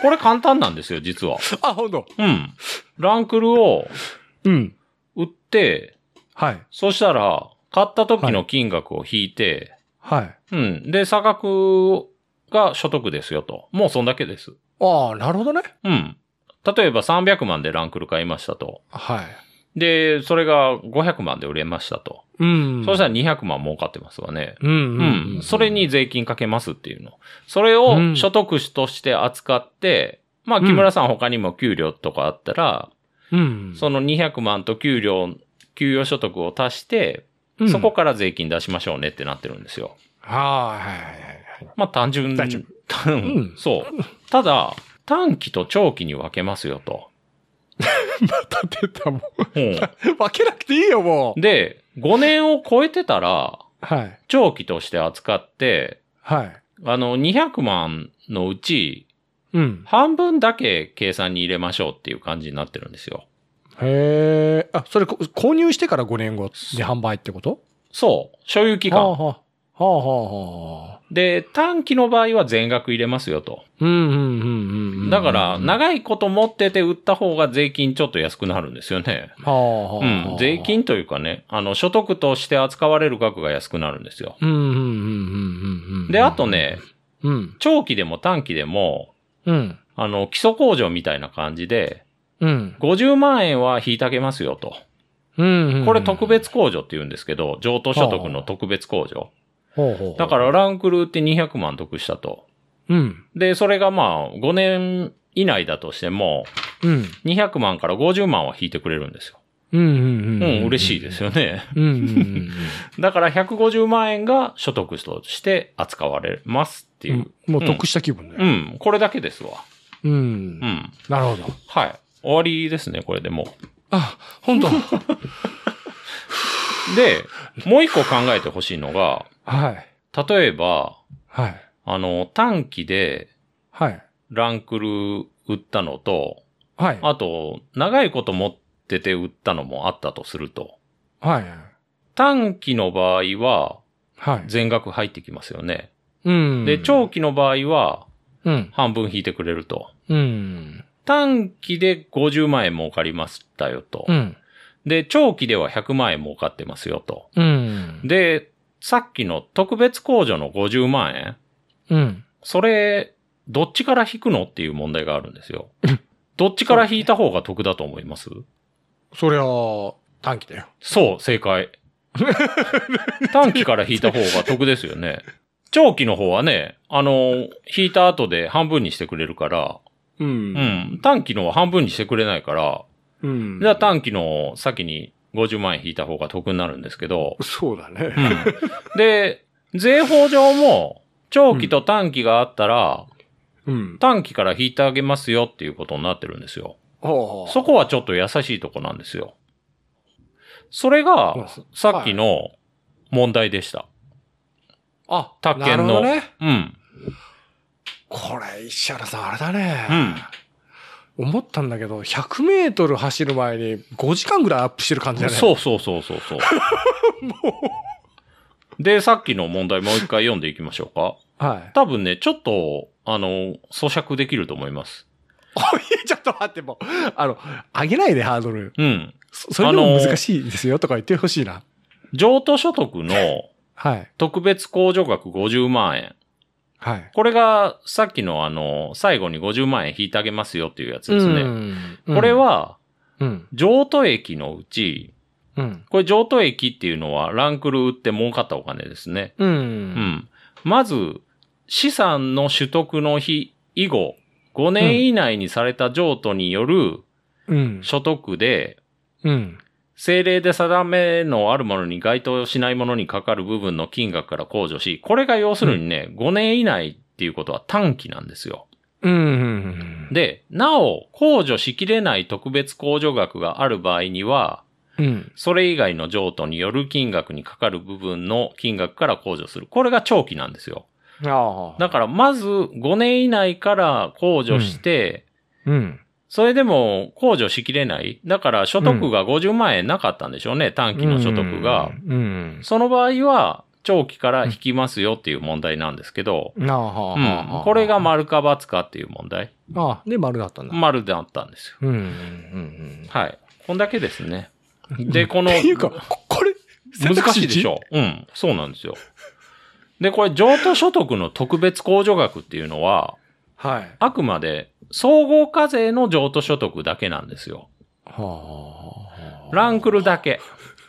Speaker 3: これ簡単なんですよ、実は。
Speaker 2: あ、ほんと。
Speaker 3: うん。ランクルを
Speaker 2: うん。
Speaker 3: 売って、
Speaker 2: はい。
Speaker 3: そしたら、買った時の金額を引いて、
Speaker 2: はい。
Speaker 3: うん。で、差額が所得ですよと。もうそんだけです。
Speaker 2: ああ、なるほどね。
Speaker 3: うん。例えば300万でランクル買いましたと。
Speaker 2: はい。
Speaker 3: で、それが500万で売れましたと。
Speaker 2: うん
Speaker 3: そうした
Speaker 2: ら、
Speaker 3: ら200万儲かってますわね。
Speaker 2: うん
Speaker 3: う。
Speaker 2: うんん。うん。
Speaker 3: それに税金かけますっていうの。それを所得として扱って、まあ、木村さん他にも給料とかあったら、
Speaker 2: うん、
Speaker 3: その200万と給料、給与所得を足して、
Speaker 2: うん、
Speaker 3: そこから税金出しましょうねってなってるんですよ。
Speaker 2: はいはいはいはい。
Speaker 3: まあ単純。
Speaker 2: 大丈夫
Speaker 3: 単
Speaker 2: うん
Speaker 3: そう。ただ、短期と長期に分けますよと。
Speaker 2: また出たもん。
Speaker 3: うん
Speaker 2: 分けなくていいよ、もう。
Speaker 3: で、5年を超えてたら、
Speaker 2: はい。
Speaker 3: 長期として扱って、
Speaker 2: はい。
Speaker 3: あの、200万のうち、
Speaker 2: うん。
Speaker 3: 半分だけ計算に入れましょうっていう感じになってるんですよ。
Speaker 2: へえ。あ、それこ購入してから5年後で販売ってこと
Speaker 3: そう。所有期
Speaker 2: はあ
Speaker 3: 間。
Speaker 2: はあ。はあはあはあ。
Speaker 3: で、短期の場合は全額入れますよと。
Speaker 2: うんうんうんうんうん。
Speaker 3: だから、
Speaker 2: 長
Speaker 3: 長いこと持ってて売った方が税金ちょっと安くなるんですよね。
Speaker 2: はあは
Speaker 3: う
Speaker 2: あは
Speaker 3: ん
Speaker 2: あ。。
Speaker 3: 税金というかね、あの、所得として扱われる額が安くなるんですよ。
Speaker 2: うんうんうんうんうんうん。
Speaker 3: で、あと。ね、
Speaker 2: うん。
Speaker 3: 長期でも短期でも、
Speaker 2: うん。
Speaker 3: あの、基礎控除みたいな感じで、
Speaker 2: うん。
Speaker 3: 50万円は引いてあげますよと。
Speaker 2: うんうん。
Speaker 3: これ特。別控除って言うんですけど、譲渡所得の特別控除。
Speaker 2: ほうほうほう。
Speaker 3: だから、ランクルって200万得したと。
Speaker 2: うん。
Speaker 3: で、それがまあ、5年以内だとしても、
Speaker 2: うん。
Speaker 3: 200万から50万は引いてくれるんですよ。
Speaker 2: うんうん
Speaker 3: う
Speaker 2: うん。
Speaker 3: ん、嬉しいですよね。
Speaker 2: うんうん うん
Speaker 3: だから150万円が所得として扱われますって
Speaker 2: う
Speaker 3: い
Speaker 2: ん。
Speaker 3: う。
Speaker 2: もう得した気分だ
Speaker 3: う
Speaker 2: よ。
Speaker 3: ん、これだけですわ。
Speaker 2: うん
Speaker 3: う。ん。
Speaker 2: なるほど。
Speaker 3: はい。終わりですね、これでも
Speaker 2: あ、本 当
Speaker 3: う。で、もう一個考えてほしいのが、
Speaker 2: はい。
Speaker 3: 例えば、
Speaker 2: はい。
Speaker 3: あの、短期で
Speaker 2: はい。
Speaker 3: ランクル売ったのと、
Speaker 2: はい。
Speaker 3: あと、長いこと持ってて売ったのもあったとすると、
Speaker 2: はい。
Speaker 3: 短期の場合は
Speaker 2: はい。
Speaker 3: 全額入ってきますよね。
Speaker 2: うん
Speaker 3: で、長期の場合は
Speaker 2: うん。
Speaker 3: 半分引いてくれると。
Speaker 2: うん。
Speaker 3: 短期で50万円儲かりましたよと。
Speaker 2: うん。
Speaker 3: で、長期では100万円儲かってますよと。
Speaker 2: うん。
Speaker 3: で、さっきの特別控除の50万円、
Speaker 2: うん。
Speaker 3: それ、どっちから引くのっていう問題があるんですよ。どっちから引いた方が得だと思います
Speaker 2: そりゃ、短期だよ。
Speaker 3: そう、正解。短期から引いた方が得ですよね。長期の方はね、あの、引いた後で半分にしてくれるから、
Speaker 2: う。
Speaker 3: うんん、短期のは半分にしてくれないから、
Speaker 2: うん
Speaker 3: じゃあ短期の先に50万円引いた方が得になるんですけど、
Speaker 2: そうだ
Speaker 3: う
Speaker 2: ね。
Speaker 3: ん、 で、税法上も長期と短期があったら、
Speaker 2: うん。
Speaker 3: 短期から引いてあげますよっていうことになってるんですよ。
Speaker 2: ほう
Speaker 3: そこはちょっと優しいとこなんですよ。それが
Speaker 2: うん、
Speaker 3: さっきの問題でした。
Speaker 2: あ、
Speaker 3: 宅建の
Speaker 2: なるほどね。
Speaker 3: うん。
Speaker 2: これ、石原さん、あれだ
Speaker 3: う
Speaker 2: ね。
Speaker 3: ん。
Speaker 2: 思ったんだけど、100メートル走る前に5時間ぐらいアップしてる感じだね。
Speaker 3: そうそうそうそう そう。で、さっきの問題もう一回読んでいきましょうか。
Speaker 2: う。はい。
Speaker 3: 多分ね、ちょっと、あの、咀嚼できると思います。
Speaker 2: おい、ちょっと待って、もう、あの、上げないで、ハードル。
Speaker 3: うん。
Speaker 2: そそれでも難しいですよとか言ってほしいな。
Speaker 3: 譲渡所得の
Speaker 2: はい。
Speaker 3: 特別控除額50万円。
Speaker 2: はい。
Speaker 3: これが、さっきのあの、最後に50万円引いてあげますよっていうやつですね。
Speaker 2: うん
Speaker 3: これ、は、
Speaker 2: うん。
Speaker 3: 譲渡益のうち、
Speaker 2: うん。
Speaker 3: これ譲渡益っていうのはランクル売って儲かったお金ですね。
Speaker 2: う。
Speaker 3: うんん。まず、資産の取得の日以後、5年以内にされた譲渡による
Speaker 2: うん。
Speaker 3: 所得で、
Speaker 2: うん。
Speaker 3: 政令で定めのあるものに該当しないものにかかる部分の金額から控除し、これが要するにね、5年以内っていうことは短期なんですよ。
Speaker 2: うん。
Speaker 3: で、なお、控除しきれない特別控除額がある場合には、
Speaker 2: うん。
Speaker 3: それ以外の譲渡による金額にかかる部分の金額から控除する。これが長期なんですよ。
Speaker 2: ああ。
Speaker 3: だから、まず5年以内から控除して、
Speaker 2: うん。
Speaker 3: それでも控除しきれない。だから、所得が50万円なかったんでしょうね、短期の所得が。
Speaker 2: うん。
Speaker 3: その場合は、長期から引きますよっていう問題なんですけど、
Speaker 2: なあはあ
Speaker 3: う
Speaker 2: はあ
Speaker 3: ん
Speaker 2: はあ。
Speaker 3: これが丸か×かっていう問題。
Speaker 2: ああ、で、丸だったんだ。
Speaker 3: 丸であったんですよ。
Speaker 2: うん、うん、うん
Speaker 3: はい。こんだけですね。
Speaker 2: うん。
Speaker 3: で、この、
Speaker 2: っていうか、ここれ、選択
Speaker 3: 難
Speaker 2: 肢
Speaker 3: しいでしょうん。そうなんですよ。で、これ、譲渡所得の特別控除額っていうのは、
Speaker 2: はい。
Speaker 3: あくまで総合課税の譲渡所得だけなんですよ。
Speaker 2: はあ。
Speaker 3: ランクルだけ。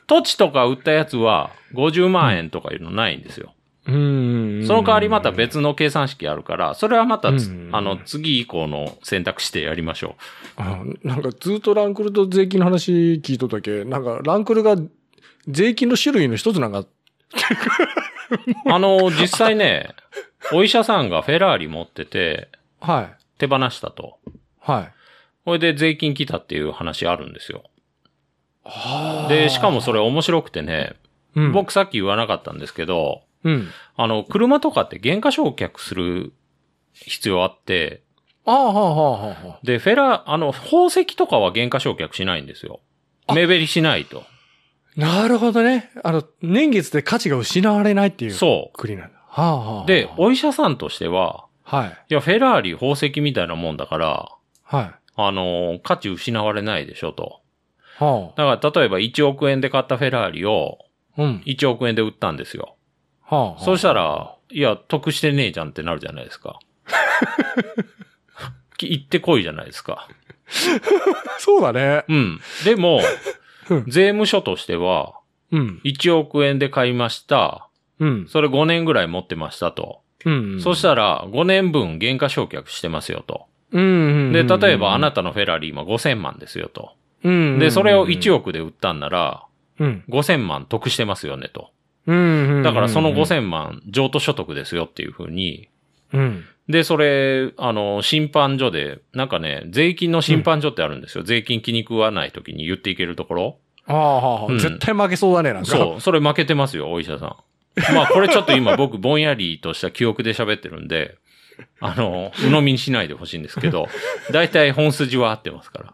Speaker 3: 土地とか売ったやつは50万円とかいうのないんですよ。
Speaker 2: うん。
Speaker 3: その代わりまた別の計算式あるから、それはまたつ、
Speaker 2: うん
Speaker 3: あの、次以降の選択肢でやりましょ
Speaker 2: あ。なんかずっとランクルと税金の話聞いとったけ、なんかランクルが税金の種類の一つなんか、
Speaker 3: う。 あの、実際ね、 お医者さんがフェラーリ持ってて、
Speaker 2: はい。
Speaker 3: 手放したと。
Speaker 2: はい。
Speaker 3: これで税金来たっていう話あるんですよ。
Speaker 2: はあ
Speaker 3: で、しかも、それ面白くてね、
Speaker 2: うん、
Speaker 3: 僕さっき言わなかったんですけど、
Speaker 2: うん。
Speaker 3: あの、車とかって減価償却する必要あって、
Speaker 2: ああ、はあ、はあ、はあ。
Speaker 3: で、フェラ、あの、宝石とかは減価償却しないんですよ。目減りしないと。
Speaker 2: なるほどね。あの、年月で価値が失われないっていう。う。
Speaker 3: そ
Speaker 2: 国なんだ。はあ、はあはあ。
Speaker 3: う。で、お医者さんとしては、
Speaker 2: はい。
Speaker 3: いや、フェラーリ宝石みたいなもんだから、
Speaker 2: は
Speaker 3: あの、価値失われないでしょと。
Speaker 2: い。はあ。
Speaker 3: だから、例えば1億円で買ったフェラーリを
Speaker 2: うん。
Speaker 3: 1億円で売ったんですよ。
Speaker 2: はあ、はあ。
Speaker 3: そうしたら、いや、得してねえじゃんってなるじゃないで すか。き行ってこいじゃないですか。
Speaker 2: そうだね。
Speaker 3: うん。でも
Speaker 2: うん、
Speaker 3: 税務署としては、
Speaker 2: うん。
Speaker 3: 1億円で買いました。
Speaker 2: うん。
Speaker 3: それ5年ぐらい持ってましたと。
Speaker 2: うん。
Speaker 3: そしたら、5年分減価償却してますよと。
Speaker 2: うんうん。
Speaker 3: で、例えばあな
Speaker 2: た、
Speaker 3: たのフェラーリ今5000万ですよと。
Speaker 2: うん。
Speaker 3: で、それを1
Speaker 2: 応
Speaker 3: 億で売ったんなら、
Speaker 2: うん。
Speaker 3: 5000万得してますよねと。
Speaker 2: うん。
Speaker 3: だからその
Speaker 2: 五千
Speaker 3: 5000万譲渡所得ですよっていうふうに。
Speaker 2: うん。
Speaker 3: で、それ、あの、審判所で、なんかね、税金の審判所ってあるんですよ。税金気に食わない時に言っていけるところ。
Speaker 2: ああ、はあ
Speaker 3: う
Speaker 2: はあ、
Speaker 3: ん
Speaker 2: 絶対負けそうだね、なんか。
Speaker 3: そう、それ負けてますよ、お医者さん。まあ、これちょっと 今僕ぼんやりとした記憶で喋ってるんで、あの、鵜呑みにしないでほしいんですけど、大体本筋は合ってますから。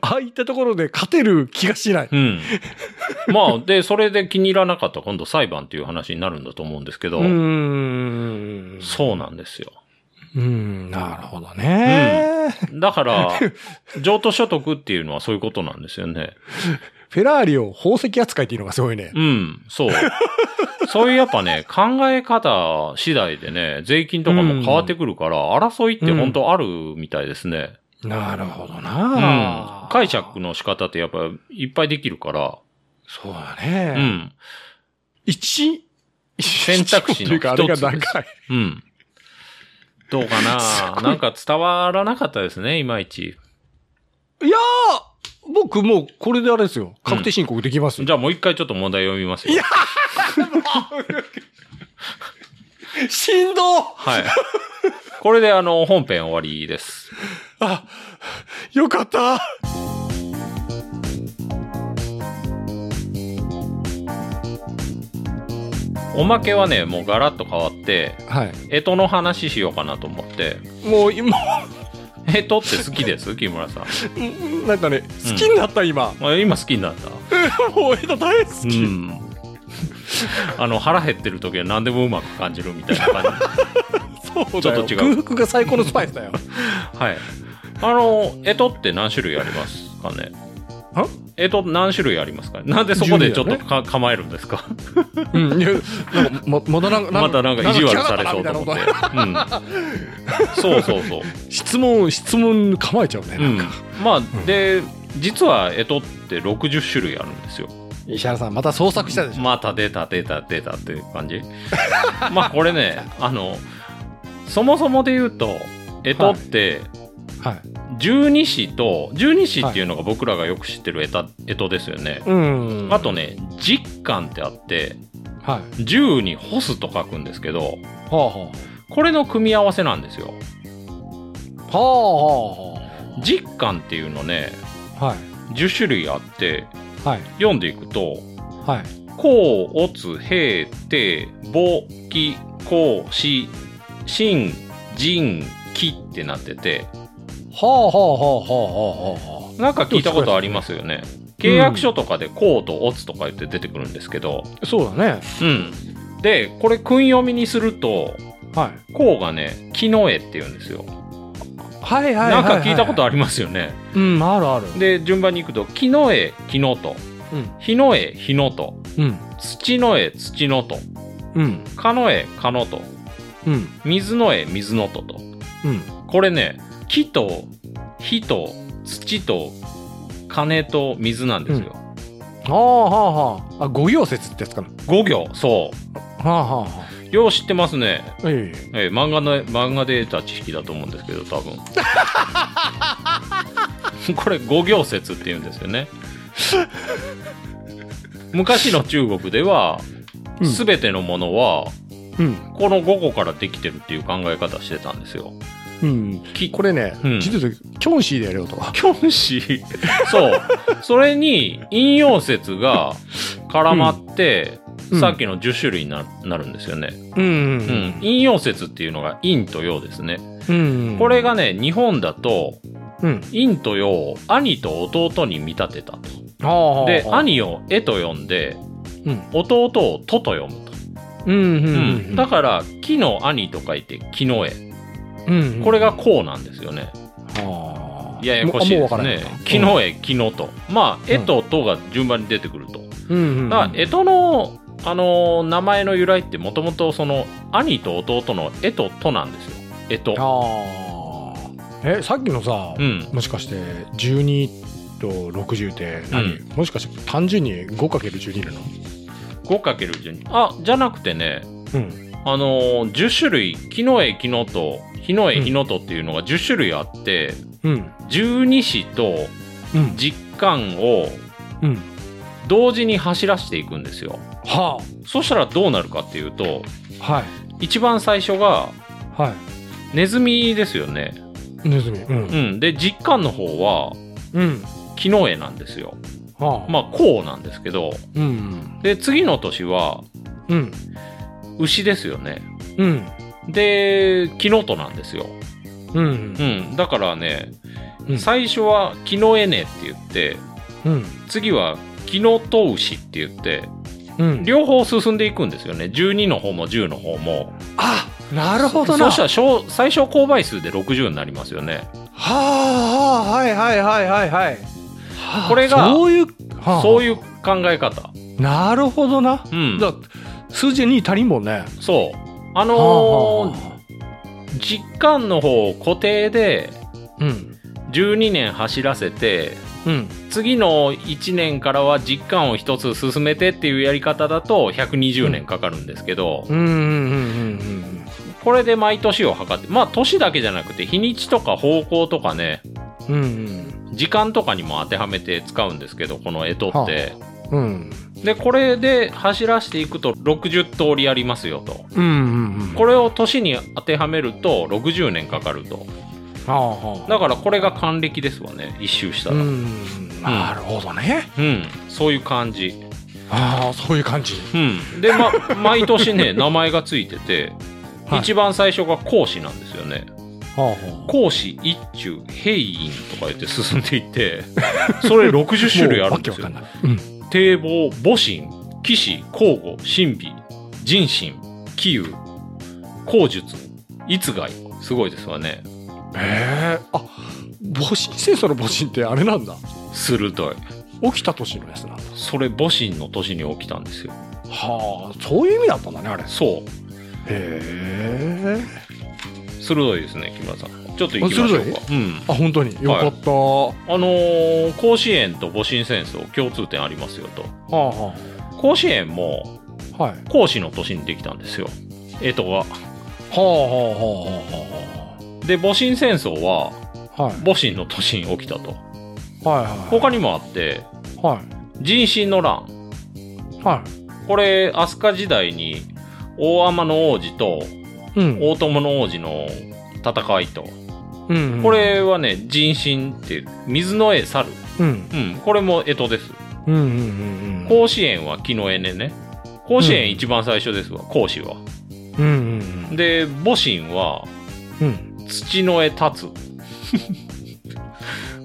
Speaker 2: ああいったところで勝てる気がしない。
Speaker 3: うん。 まあ、で、それで気に入らなかったら今度裁判っていう話になるんだと思うんですけど、
Speaker 2: ん
Speaker 3: そうなんですよ。
Speaker 2: うん。なるほどね。
Speaker 3: だから、 譲渡所得っていうのはそういうことなんですよね。
Speaker 2: フェラーリを宝石扱いっていうのがすごいね。
Speaker 3: うん、 そう。そういうやっぱね、考え方次第でね、税金とかも変わってくるから、争いって本当あるみたいですね。
Speaker 2: なるほど
Speaker 3: うん
Speaker 2: な。
Speaker 3: 解釈。の仕方ってやっぱいっぱいできるから、
Speaker 2: そうだ
Speaker 3: う
Speaker 2: ね。
Speaker 3: ん。
Speaker 2: 一、
Speaker 3: 選択肢の一つです
Speaker 2: 一というか、あれが長い。
Speaker 3: うん。どうか
Speaker 2: す
Speaker 3: な
Speaker 2: ごい
Speaker 3: なんか伝わらなかったですね、いまいち。
Speaker 2: いやー、僕もうこれであれですよ。確定申告できますよ。
Speaker 3: じゃあもう一回ちょっと問題読みますよ。
Speaker 2: いや振動
Speaker 3: はい。これであの、本編終わりです。
Speaker 2: あ、よかった
Speaker 3: おまけはね、もうガラッと変わって、
Speaker 2: はい。
Speaker 3: えとの話しようかなと思って。
Speaker 2: もう今、
Speaker 3: えとって好き です木村さん。
Speaker 2: うんなんかね、好きになった今。
Speaker 3: あ今好きになった。
Speaker 2: もう江戸大好
Speaker 3: う
Speaker 2: き。
Speaker 3: ん。 あの、腹減ってる時は何でもうまく感じるみたいな 感じ。
Speaker 2: そう
Speaker 3: ちょ
Speaker 2: だ
Speaker 3: っ
Speaker 2: よ。
Speaker 3: と違う
Speaker 2: 空腹が最高のスパイスだよ。
Speaker 3: はい。あの、えとって何種類ありますかね
Speaker 2: あ
Speaker 3: えと何種類ありますかねなんでそこでちょっ
Speaker 2: 種類だ
Speaker 3: と
Speaker 2: よね
Speaker 3: か、構えるんですか
Speaker 2: うん。いや、なんかま、まだなんか、
Speaker 3: またなんか意地悪されそう
Speaker 2: な
Speaker 3: と
Speaker 2: ん
Speaker 3: 思
Speaker 2: か
Speaker 3: っ
Speaker 2: 嫌
Speaker 3: て
Speaker 2: だなみたいなこ。
Speaker 3: うん。そうそうそう。
Speaker 2: と質問、質問構えちゃうね。
Speaker 3: う
Speaker 2: なん
Speaker 3: ん
Speaker 2: か。。
Speaker 3: まあ、で、実はえとって60種類あるんですよ。
Speaker 2: 石原さん、また創作したでしょ。
Speaker 3: また出た出た出たっていう感じ まあこれね、あの、そもそもで言うと、えとって、
Speaker 2: はい。
Speaker 3: 十二支と、十二支っていうのが僕らがよく知ってるえた、えとですよね。
Speaker 2: うん
Speaker 3: あと。ね、実感ってあって、
Speaker 2: はい。
Speaker 3: 銃に干すと書くんですけど、
Speaker 2: はあは
Speaker 3: これの組み合わせなんですよ。
Speaker 2: あ。はあは
Speaker 3: 実感っていうのね、
Speaker 2: あ。はい。
Speaker 3: 10種類あって、
Speaker 2: はい。
Speaker 3: 読んでいくと、
Speaker 2: はい。
Speaker 3: 甲、乙、平、定、母、木、甲、子、神、人、木ってなってて、
Speaker 2: はあはあはあはあはあは
Speaker 3: なんか聞いたことありますよね。契約書とかで甲と乙とか言って出てくるんですけど、
Speaker 2: あ。そうだね。
Speaker 3: うん。で、これ訓読みにすると、
Speaker 2: はい。
Speaker 3: こうがね、木の絵って言うんですよ。
Speaker 2: はいはいはいはい
Speaker 3: なんか聞いたこと
Speaker 2: あ
Speaker 3: ありますよね。
Speaker 2: る。うん、あるある。
Speaker 3: で、順番に行くと、木の絵、木のと、
Speaker 2: うん。
Speaker 3: 火の絵、火のと、
Speaker 2: うん。
Speaker 3: 土の絵、土のと、
Speaker 2: うん。
Speaker 3: 蚊の絵、蚊のと、
Speaker 2: うん。
Speaker 3: 水の絵、水のとと。
Speaker 2: うん。
Speaker 3: これね、木と、火と、土と、金と水なんですよ。
Speaker 2: はあはあはあ。あ、五行説ってやつかな。
Speaker 3: 五行、そ
Speaker 2: はあはあはあ。
Speaker 3: う。よう知ってますね。
Speaker 2: え
Speaker 3: えー漫画の漫画で得た知識だと思うんですけど 多分これ五行説って言うんですよね昔の中国では、
Speaker 2: うん
Speaker 3: 全てのものは
Speaker 2: え。うん。
Speaker 3: この5個からできてるっていう考え方してたんですよ
Speaker 2: うん。
Speaker 3: き
Speaker 2: これね、
Speaker 3: うん
Speaker 2: 実は、キョンシーでやるよと。
Speaker 3: 教師そうそれに陰陽説が絡まって、
Speaker 2: うん
Speaker 3: さっきの10種類にななるんですよね、
Speaker 2: うん
Speaker 3: うん陰陽説っていうのが陰と陽ですね
Speaker 2: うん。
Speaker 3: これがね日本だと
Speaker 2: うん。
Speaker 3: 陰と陽を兄と弟に見立てたと。
Speaker 2: はあはあ。
Speaker 3: で、。兄を絵と呼んで、
Speaker 2: うん
Speaker 3: 弟をとと読むと。
Speaker 2: うんうんう
Speaker 3: うん
Speaker 2: ん。
Speaker 3: だから、木の兄と書いて木の絵。
Speaker 2: うん。
Speaker 3: これがこうなんですよね。
Speaker 2: あー
Speaker 3: ややこし
Speaker 2: も
Speaker 3: いで
Speaker 2: うもうわか
Speaker 3: す
Speaker 2: らん
Speaker 3: ね
Speaker 2: な。
Speaker 3: 木の絵、木のと。まあ、絵ととが順番に出てくると。
Speaker 2: うんうん
Speaker 3: だから、絵との、あのー名前の由来ってもともとその、兄と弟の絵ととなんですよ。絵と。
Speaker 2: あーえさっきのさ、
Speaker 3: うん。
Speaker 2: もしかして12と60って何、
Speaker 3: う
Speaker 2: もしかして単純に 5×12 なの
Speaker 3: 5×12。あ、じゃなくてね、
Speaker 2: うん
Speaker 3: あのー10種類木の絵木のと火の絵
Speaker 2: うん
Speaker 3: 火のとっていうのが10種類あって、
Speaker 2: うん
Speaker 3: 十二支と
Speaker 2: うん
Speaker 3: 実感を
Speaker 2: うん
Speaker 3: 同時に走らしていくんですよ
Speaker 2: は
Speaker 3: そしたらどうなるかっていうと
Speaker 2: あはい
Speaker 3: 一番最初が
Speaker 2: は
Speaker 3: ネズミですよね
Speaker 2: いネズミう
Speaker 3: うんんで実感の方は
Speaker 2: うん
Speaker 3: 木の絵なんですよ
Speaker 2: はあ
Speaker 3: まあこうなんですけど
Speaker 2: うん
Speaker 3: で次の年は
Speaker 2: うん
Speaker 3: 牛ですよね
Speaker 2: うん
Speaker 3: で木のとなんですよ
Speaker 2: うん
Speaker 3: うんだからね、
Speaker 2: うん
Speaker 3: 最初は木の絵ねって言って
Speaker 2: うん
Speaker 3: 次は木のと牛って言って
Speaker 2: うん
Speaker 3: 両方進んでいくんですよね12の方も10の方も
Speaker 2: あなるほどな
Speaker 3: そし
Speaker 2: は
Speaker 3: たら小最小公倍数で60になりますよね
Speaker 2: あはあはいはいはいはいはいはあ
Speaker 3: これが
Speaker 2: そういう、はあ
Speaker 3: そういう考え方
Speaker 2: なるほどな、
Speaker 3: うん
Speaker 2: だ数字に足りんもんね
Speaker 3: そうあ
Speaker 2: はあ
Speaker 3: のー
Speaker 2: は
Speaker 3: 実感の方を固定で
Speaker 2: あうん
Speaker 3: 12年走らせて
Speaker 2: うん
Speaker 3: 次の1年からは実感を一つ進めてっていうやり方だと120年かかるんですけど、
Speaker 2: うんうんうんうん
Speaker 3: これで毎年を測ってまあ年だけじゃなくて日にちとか方向とかね
Speaker 2: うんうん
Speaker 3: 時間とかにも当てはめて使うんですけどこの干支って、
Speaker 2: うんうん
Speaker 3: でこれで走らしていくと60通りありますよと
Speaker 2: うんうん
Speaker 3: こ
Speaker 2: れ
Speaker 3: れを年に当てはめると60年かかると
Speaker 2: はあは
Speaker 3: だからこれが還暦ですわね一周した
Speaker 2: う
Speaker 3: らうん、
Speaker 2: んなるほどね
Speaker 3: そういう感じ
Speaker 2: ああそういう感じ
Speaker 3: うんでま 毎年ね名前がついてて、
Speaker 2: はい
Speaker 3: 一番最初が孔子なんですよね
Speaker 2: はあは
Speaker 3: 孔子一中平院とか言って進んでいって それ60種類あるんですよ
Speaker 2: もうわけわかんない
Speaker 3: 堤防、母神、騎士、交互、神美、人心、気有、口述、逸外。すごいですわね。
Speaker 2: うんへえあ戊辰戦争の戊辰ってあれなんだ
Speaker 3: 鋭い。
Speaker 2: 起きた年のやつなんだ
Speaker 3: それ母神の年に起きたんですよ。
Speaker 2: はあそういう意味だったんだねあれへ
Speaker 3: そ
Speaker 2: え
Speaker 3: う。鋭いですね、木村さん。ちょっと行きましょうか。うん。
Speaker 2: あ本当によかった、は
Speaker 3: あのー甲子園と戊辰戦争共通点ありますよと。
Speaker 2: あは
Speaker 3: 甲子園も
Speaker 2: あはい
Speaker 3: 甲子の年にできたんですよ。えとが。
Speaker 2: はあはあは
Speaker 3: で、戊辰戦争は
Speaker 2: あはあはい
Speaker 3: 戊辰の年に起きたと。
Speaker 2: はいはい
Speaker 3: 他にもあって、
Speaker 2: は
Speaker 3: 人心の乱。
Speaker 2: いは
Speaker 3: これ飛鳥時代に大天の王子と
Speaker 2: いうん
Speaker 3: 大友の王子の戦いと
Speaker 2: うんうん
Speaker 3: これはね人心っていう水の絵猿、
Speaker 2: うん
Speaker 3: うん、これも干支です
Speaker 2: うんうんうんうん
Speaker 3: 甲子園は木の絵ねね甲子園一番最初ですわ甲子は
Speaker 2: うんうん
Speaker 3: で戊辰は
Speaker 2: うん
Speaker 3: 土の絵立つ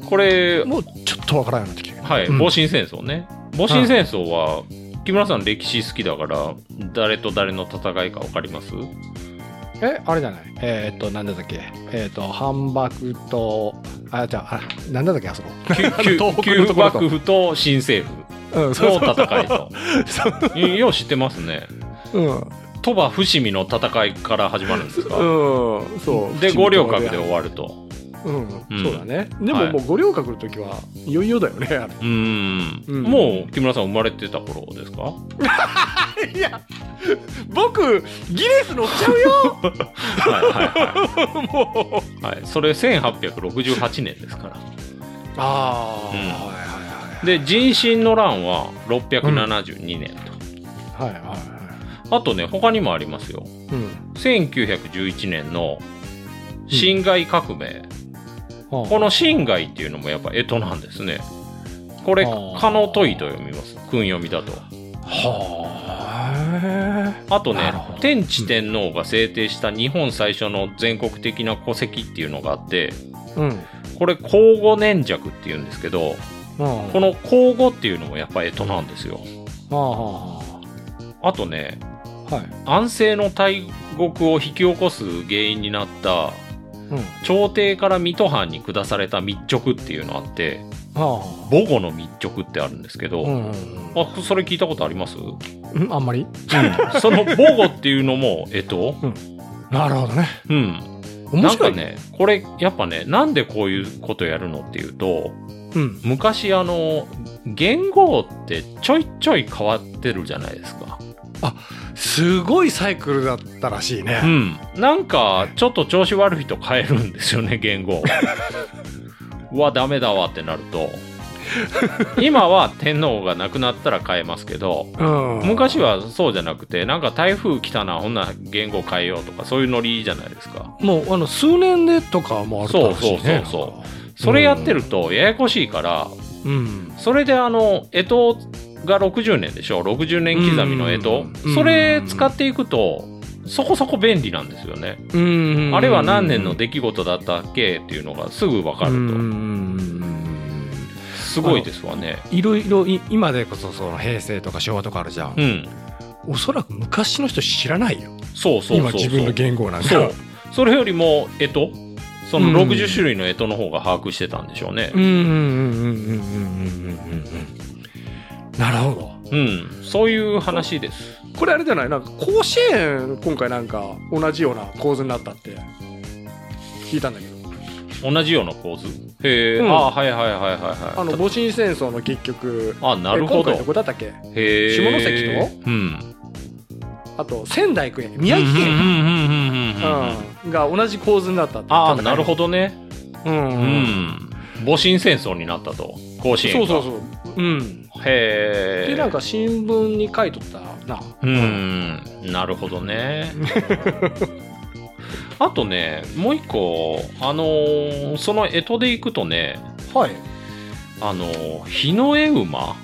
Speaker 3: これ
Speaker 2: うんもうちょっとわからなくなってきた
Speaker 3: はい
Speaker 2: うん
Speaker 3: 戊辰戦争ね戊辰戦争は木村さん歴史好きだから、誰と誰の戦いかわかり ます
Speaker 2: えあれじゃないえーっとなんだったっけえーっと反幕とあじゃああなんだったっけあそこ
Speaker 3: 旧
Speaker 2: 東北の
Speaker 3: 旧
Speaker 2: ところと
Speaker 3: 幕府と新政府
Speaker 2: うん
Speaker 3: の
Speaker 2: う
Speaker 3: 戦いと。いよう知ってますね。
Speaker 2: うん
Speaker 3: 鳥羽伏見の戦いから始まるんですか、
Speaker 2: うんそう
Speaker 3: で五稜郭で終わると。
Speaker 2: うん、
Speaker 3: うん
Speaker 2: そうだねで
Speaker 3: は
Speaker 2: も
Speaker 3: い
Speaker 2: もう五稜郭の時はいよいよだよねあれ
Speaker 3: うーん,、
Speaker 2: うん
Speaker 3: もう木村さん生まれてた頃ですか
Speaker 2: いや僕ギネス乗っちゃうよ
Speaker 3: はいは
Speaker 2: もう
Speaker 3: いはい。はい、それ1868年ですから。
Speaker 2: ああ、
Speaker 3: うん
Speaker 2: はい
Speaker 3: で人心の乱は672年と、
Speaker 2: はいはいはいはいは
Speaker 3: あとね他にもありますよ
Speaker 2: いうん
Speaker 3: 1911年の辛亥革命、
Speaker 2: は
Speaker 3: この辛亥っていうのもやっぱ干支なんですねこれ
Speaker 2: あ
Speaker 3: 「
Speaker 2: ー
Speaker 3: かのとい」と読みます訓読みだと
Speaker 2: は
Speaker 3: あと
Speaker 2: な
Speaker 3: ね
Speaker 2: るほど
Speaker 3: 天智天皇が制定した日本最初の全国的な戸籍っていうのがあって
Speaker 2: あうん
Speaker 3: これ庚午年弱っていうんですけどこ
Speaker 2: こ
Speaker 3: の庚午っていうのもやっぱ干支なんですよ
Speaker 2: の
Speaker 3: あとね
Speaker 2: はい
Speaker 3: 安政の大国を引き起こす原因になった
Speaker 2: うん
Speaker 3: 朝廷から水戸藩に下された密直っていうのあって
Speaker 2: は
Speaker 3: 母語の密直ってあるんですけど、
Speaker 2: あうん
Speaker 3: あそれ聞いたことあります、
Speaker 2: うんあんまり
Speaker 3: その母語っていうのもえっと
Speaker 2: なるほどね
Speaker 3: うん
Speaker 2: 面
Speaker 3: なん
Speaker 2: 白
Speaker 3: か
Speaker 2: い
Speaker 3: ねこれやっぱねなんでこういうことやるのっていうと
Speaker 2: うん
Speaker 3: 昔あの元号ってちょいちょい変わってるじゃないですか
Speaker 2: すごいサイクルだったらしいうね
Speaker 3: んなんかちょっと調子悪いと変えるんですよね 言語うわダメだわってなると今は天皇が亡くなったら変えますけど
Speaker 2: うん
Speaker 3: 昔はそうじゃなくてなんか台風来たなほんなら言語変えようとかそういうノリじゃないですか
Speaker 2: もうあの数年でとかもあるらしいね
Speaker 3: そうそうそれやってるとややこしいから
Speaker 2: ううん
Speaker 3: それであの干支が60年でしょ60年刻みの干
Speaker 2: う
Speaker 3: 支
Speaker 2: ん
Speaker 3: それ使っていくとそこそこ便利なんですよね
Speaker 2: うん
Speaker 3: あれは何年の出来事だったっけっていうのがすぐ分か
Speaker 2: う
Speaker 3: る
Speaker 2: ん
Speaker 3: とすごいですわね
Speaker 2: いろいろい今でこそその平成とか昭和とかあるじゃん、
Speaker 3: うん
Speaker 2: おそらく昔の人知らないよ
Speaker 3: そうそうそう
Speaker 2: 今自分の言語なんか
Speaker 3: そうそれよりも干支その
Speaker 2: うん
Speaker 3: 60種類の干支の方が把握してたんでしょうね
Speaker 2: うんうんうんうんうんうんうんうんうんなるほど
Speaker 3: うんそういう話です
Speaker 2: これあれじゃないなんか甲子園今回なんか同じような構図になったって聞いたんだけど
Speaker 3: 同じような構図へえ、
Speaker 2: うん
Speaker 3: ああはいはいはいはいはい
Speaker 2: あの戊辰戦争の結局
Speaker 3: あなるほ
Speaker 2: え
Speaker 3: ど
Speaker 2: 今回どこだったっけ
Speaker 3: へえ
Speaker 2: 下関
Speaker 3: とうん
Speaker 2: あと仙台育英宮城
Speaker 3: うんう
Speaker 2: 県、
Speaker 3: んうんうんうんうんうん
Speaker 2: うんが同じ構図になったって
Speaker 3: ああなるほどね
Speaker 2: ど、うん
Speaker 3: う
Speaker 2: うん
Speaker 3: ん戊辰戦争になったと甲子園
Speaker 2: そう
Speaker 3: が
Speaker 2: そうそううん
Speaker 3: へえ
Speaker 2: でなんか新聞に書いとったな
Speaker 3: うんなるほどね あとねもう一個あのーその干支でいくとね
Speaker 2: はい
Speaker 3: あのー日の絵馬っ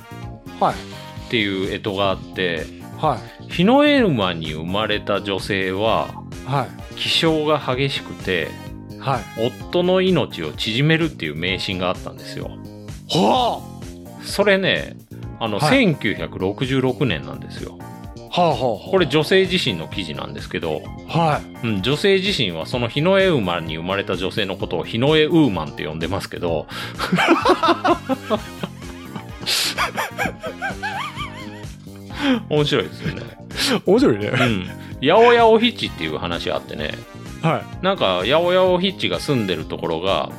Speaker 2: はい
Speaker 3: ていう干支があって
Speaker 2: は
Speaker 3: 日の絵馬に生まれた女性はい
Speaker 2: はい
Speaker 3: 気性が激しくて
Speaker 2: はい
Speaker 3: 夫の命を縮めるっていう迷信があったんですよ
Speaker 2: は
Speaker 3: それねあの、
Speaker 2: はい
Speaker 3: 1966年なんですよ
Speaker 2: あはあはあはあ
Speaker 3: これ女性自身の記事なんですけど、
Speaker 2: はい
Speaker 3: うん、女性自身はその日の絵馬に生まれた女性のことを日の絵ウーマンって呼んでますけど面白いですよね、
Speaker 2: 面白いね
Speaker 3: うん、八百屋おひっちっていう話あってね
Speaker 2: はい
Speaker 3: なんか八百屋おひっちが住んでるところが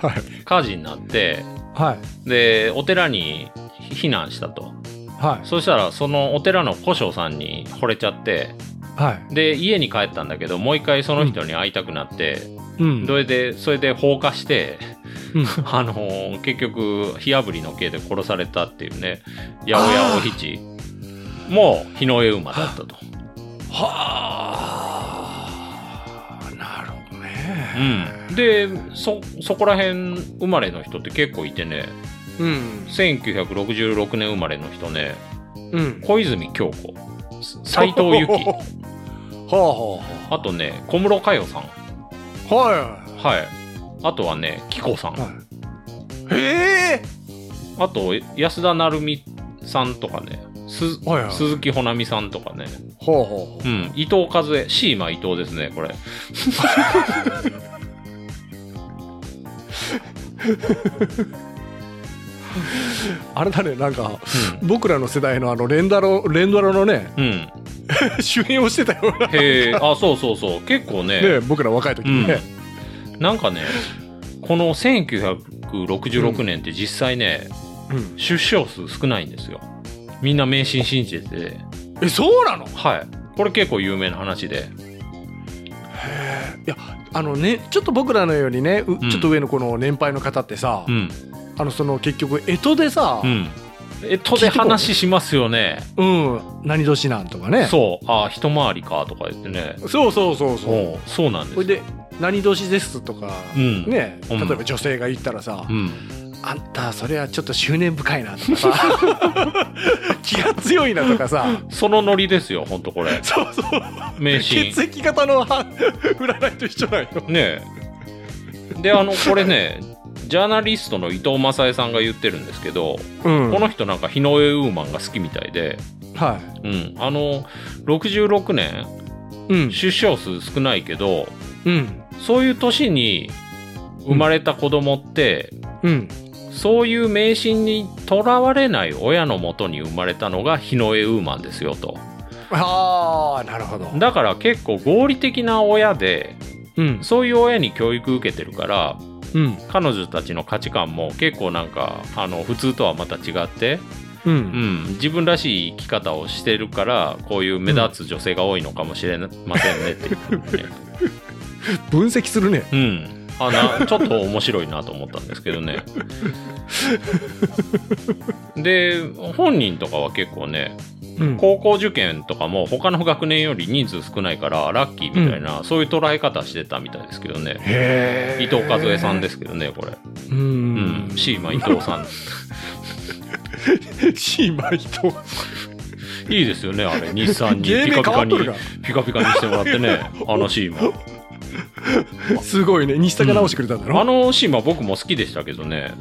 Speaker 2: はい
Speaker 3: 火事になって
Speaker 2: はい
Speaker 3: でお寺に避難したと
Speaker 2: は
Speaker 3: そしたらそのお寺の古書さんに惚れちゃって
Speaker 2: いはい
Speaker 3: で家に帰ったんだけどもう一回その人に会いたくなって、
Speaker 2: うん
Speaker 3: それでそれで放火して、
Speaker 2: うん
Speaker 3: あのー結局火あぶりの刑で殺されたっていうね八百屋おひちもう日の絵馬だったと、
Speaker 2: はあなるほど
Speaker 3: う
Speaker 2: ね
Speaker 3: ん、でそそこら辺生まれの人って結構いてね
Speaker 2: うん
Speaker 3: 1966年生まれの人ね
Speaker 2: うん
Speaker 3: 小泉京子斎藤 由
Speaker 2: は
Speaker 3: 紀
Speaker 2: あは
Speaker 3: あとね小室佳代さん
Speaker 2: あは
Speaker 3: はいあとはね紀子さん、
Speaker 2: いはいへえ
Speaker 3: あと安田成美さんとかねす
Speaker 2: はいはい
Speaker 3: 鈴木ほなみさんとかね。
Speaker 2: ほうほ
Speaker 3: うん。伊藤和恵。シーマ伊藤ですね、これ。
Speaker 2: うあれだねなんか僕らの世代のあの連ドラ連ドラのね
Speaker 3: うん。うん。
Speaker 2: 主演をしてたような
Speaker 3: へえ。あ、そうそうそう。結構ね。
Speaker 2: ね僕ら若い時にね、
Speaker 3: なんかね、この1966年って実際ね、
Speaker 2: うん
Speaker 3: 出生数少ないんですよ。みんな迷信信じてて。
Speaker 2: えそうなのい
Speaker 3: はい。これ結構有名な話で。
Speaker 2: やあのねちょっと僕らのよりね、う
Speaker 3: うん
Speaker 2: ちょっと上のこの年配の方ってさ、
Speaker 3: うん。
Speaker 2: あのその結局干支でさ
Speaker 3: う、ん。えっとで話しますよね。
Speaker 2: うん、何年なんとかね
Speaker 3: そう。ああ、一回りかとか言ってね。
Speaker 2: そうそうそうそう
Speaker 3: おうそうなんです
Speaker 2: そ
Speaker 3: よ
Speaker 2: れで何年ですとか、
Speaker 3: うん
Speaker 2: ね
Speaker 3: う
Speaker 2: 例
Speaker 3: ん
Speaker 2: えば女性が言ったらさ、
Speaker 3: うん。
Speaker 2: あんたそれはちょっと執念深いなとかさ 気が強いなとかさ
Speaker 3: そのノリですよ、ほんと これ。
Speaker 2: そうそう
Speaker 3: 迷信。
Speaker 2: 血液型の は占いと一緒なんよ
Speaker 3: ねえ。で、あの、これね、 ジャーナリストの伊藤正恵さんが言ってるんですけど、
Speaker 2: うん
Speaker 3: この人なんか日の絵ウーマンが好きみたいで、
Speaker 2: は
Speaker 3: うん、あの66年
Speaker 2: いうん
Speaker 3: 出生数少ないけど
Speaker 2: うん
Speaker 3: そういう年に生まれた子供って、
Speaker 2: うん
Speaker 3: そういう迷信にとらわれない親のもとに生まれたのが日の絵ウーマンですよと
Speaker 2: ああなるほど
Speaker 3: だから結構合理的な親で
Speaker 2: うん
Speaker 3: そういう親に教育受けてるから
Speaker 2: うん
Speaker 3: 彼女たちの価値観も結構なんかあの普通とはまた違って
Speaker 2: う
Speaker 3: うんん、自分らしい生き方をしてるからこういう目立つ女性が多いのかもしれませんねっていうことでね、
Speaker 2: 分析するね
Speaker 3: うん、あなちょっと面白いなと思ったんですけどねで本人とかは結構ね
Speaker 2: うん
Speaker 3: 高校受験とかも他の学年より人数少ないからラッキーみたいな、そういう捉え方してたみたいですけどね
Speaker 2: へえ
Speaker 3: 伊藤和恵さんですすけどねこれ、
Speaker 2: う
Speaker 3: うんん、シーマ伊藤さん
Speaker 2: シーマ伊藤
Speaker 3: いいですよねあれ日産に
Speaker 2: 芸
Speaker 3: ピ
Speaker 2: 名変
Speaker 3: カピ
Speaker 2: わ
Speaker 3: カ
Speaker 2: っ
Speaker 3: に
Speaker 2: とるが
Speaker 3: ピカピカにしてもらっ てねあのシーマ
Speaker 2: すごいね西田が直してくれたんだろ
Speaker 3: あのシーンは僕も好きでしたけどね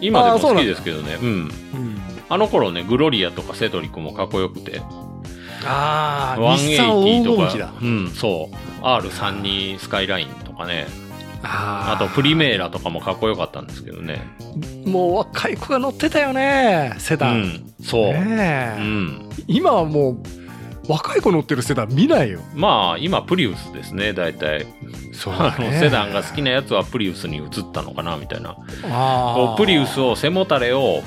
Speaker 3: 今でも好きですけどねうん
Speaker 2: うん
Speaker 3: あの頃ねグロリアとかセトリックもかっこよくて
Speaker 2: ああ日産黄
Speaker 3: 180と
Speaker 2: 金
Speaker 3: か
Speaker 2: 期だ
Speaker 3: うんそう R32 スカイラインとかねあ
Speaker 2: あ
Speaker 3: とプリメーラとかもかっこよかったんですけどね
Speaker 2: もう若い子が乗ってたよねセ
Speaker 3: う
Speaker 2: ダン、
Speaker 3: んそう、
Speaker 2: ねえ
Speaker 3: うん、
Speaker 2: 今はもう若い子乗ってるセダン見ないよ
Speaker 3: まあ今プリウスですね大体
Speaker 2: そ
Speaker 3: あのセダンが好きなやつはプリウスに移ったのかなみたいな
Speaker 2: あー
Speaker 3: こうプリウスを背もたれを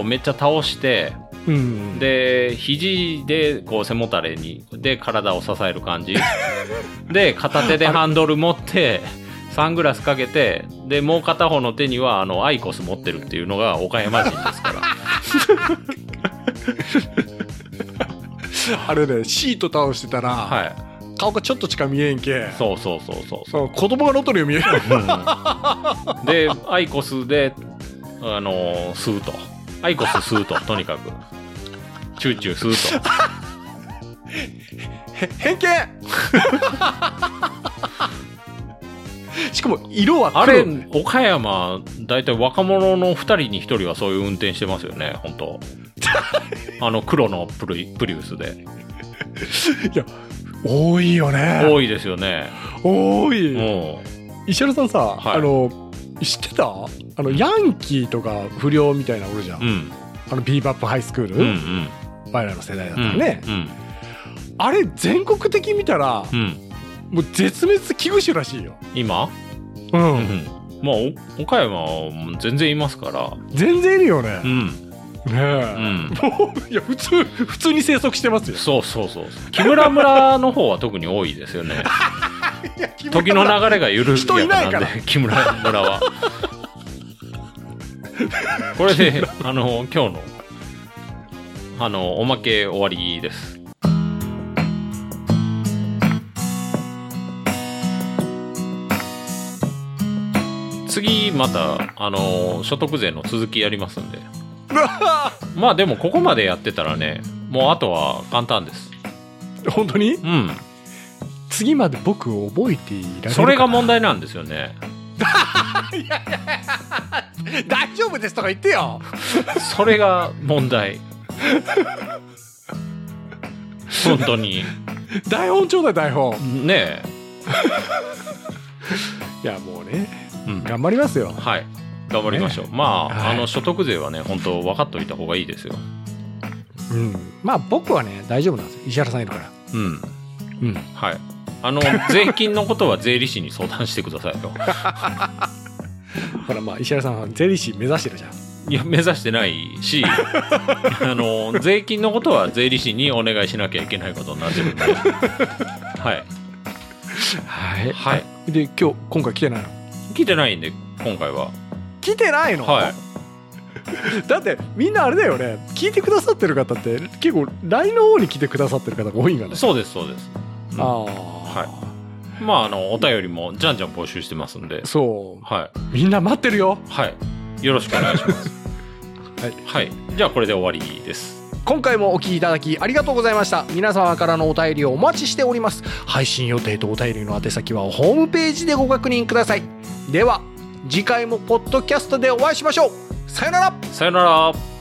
Speaker 2: う
Speaker 3: うめっちゃ倒して、
Speaker 2: うん、
Speaker 3: で肘でこう背もたれにで体を支える感じ で片手でハンドル持ってサングラスかけてでもう片方の手にはあのアイコス持ってるっていうのが岡山人ですから
Speaker 2: あれねシート倒してたら、
Speaker 3: はい
Speaker 2: 顔がちょっとしか見えんけ
Speaker 3: そうそうそうそうそ
Speaker 2: そう子供が乗っとるように見え る
Speaker 3: う、うんでアイコスであのー吸うとアイコス吸うととにかくチューチュー吸うと
Speaker 2: 偏 見しかも色は
Speaker 3: あ
Speaker 2: 黒
Speaker 3: れ岡山大体若者の2人に1人はそういう運転してますよね本 当あの黒のプリプリウスで
Speaker 2: 多いよね
Speaker 3: 多いですよね。
Speaker 2: 多い、
Speaker 3: も
Speaker 2: 石原さんさ、
Speaker 3: はい
Speaker 2: あの知ってたあのヤンキーとか不良みたいな俺じゃん、
Speaker 3: う、うん、
Speaker 2: あのビーバップハイスクール、
Speaker 3: うん、うん、
Speaker 2: 我らの世代だった
Speaker 3: う
Speaker 2: ら
Speaker 3: ん、
Speaker 2: ね、
Speaker 3: うん、
Speaker 2: あれ全国的に見たら、
Speaker 3: うん、
Speaker 2: もう絶滅危惧種らしいよ、
Speaker 3: 今、
Speaker 2: うん
Speaker 3: うん、まあ、お岡山はもう全然いますから。
Speaker 2: 全然いるよね
Speaker 3: う、ん、
Speaker 2: ね
Speaker 3: う
Speaker 2: え、
Speaker 3: ん、
Speaker 2: もういや普通普通に生息してますよ
Speaker 3: そうそうそう。木村村の方は特に多いですよね。
Speaker 2: いや木村
Speaker 3: 時の流れが緩
Speaker 2: 人い
Speaker 3: や
Speaker 2: ないか
Speaker 3: かなん
Speaker 2: ら
Speaker 3: で、木村村は。これで、あの、今日の。あの、おまけ終わりです。次またあの所得税の続きやりますんでまあでもここまでやってたらねもうあとは簡単です
Speaker 2: 本当に
Speaker 3: うん
Speaker 2: 次まで僕を覚えていられるかな
Speaker 3: それが問題なんですよね
Speaker 2: 大丈夫ですとか言ってよ
Speaker 3: それが問題本当に。
Speaker 2: 台本ちょうだい台本
Speaker 3: ね
Speaker 2: いやもうね
Speaker 3: え。うん。
Speaker 2: 頑張りますよ
Speaker 3: はい。頑張りましょう。まあ、
Speaker 2: はい
Speaker 3: あの、所得税はね、本当分かっといた方がいいですよ。
Speaker 2: うんまあ僕はね大丈夫なんですよ石原さんいるから
Speaker 3: うん。
Speaker 2: うん
Speaker 3: はい。あの、 税金のことは税理士に相談してくださいよ。
Speaker 2: ほらまあ石原さんは税理士目指してるじゃん
Speaker 3: いや、目指してないし、 あの、税金のことは税理士にお願いしなきゃいけないことになって るんで。はい。
Speaker 2: はい
Speaker 3: はい。
Speaker 2: で今日今回来てないの
Speaker 3: 聞いてないんで、今回は。
Speaker 2: 来てないの、
Speaker 3: はい。
Speaker 2: だってみんなあれだよね聞いてくださってる方って結構 LINE の方に来てくださってる方が多いんがね
Speaker 3: そうです、そうです。
Speaker 2: ああは
Speaker 3: まあ、あの、お便りもじゃんじゃん募集してますんで。
Speaker 2: そ
Speaker 3: は
Speaker 2: うみんな待ってるよ
Speaker 3: い。はい。よろしくお願いします。
Speaker 2: はい。
Speaker 3: はい。じゃあ、これで終わりです。
Speaker 2: 今回もお聞きいただきありがとうございました皆様からのお便りをお待ちしております配信予定とお便りの宛先はホームページでご確認くださいでは次回もポッドキャストでお会いしましょうさよなら
Speaker 3: さよなら。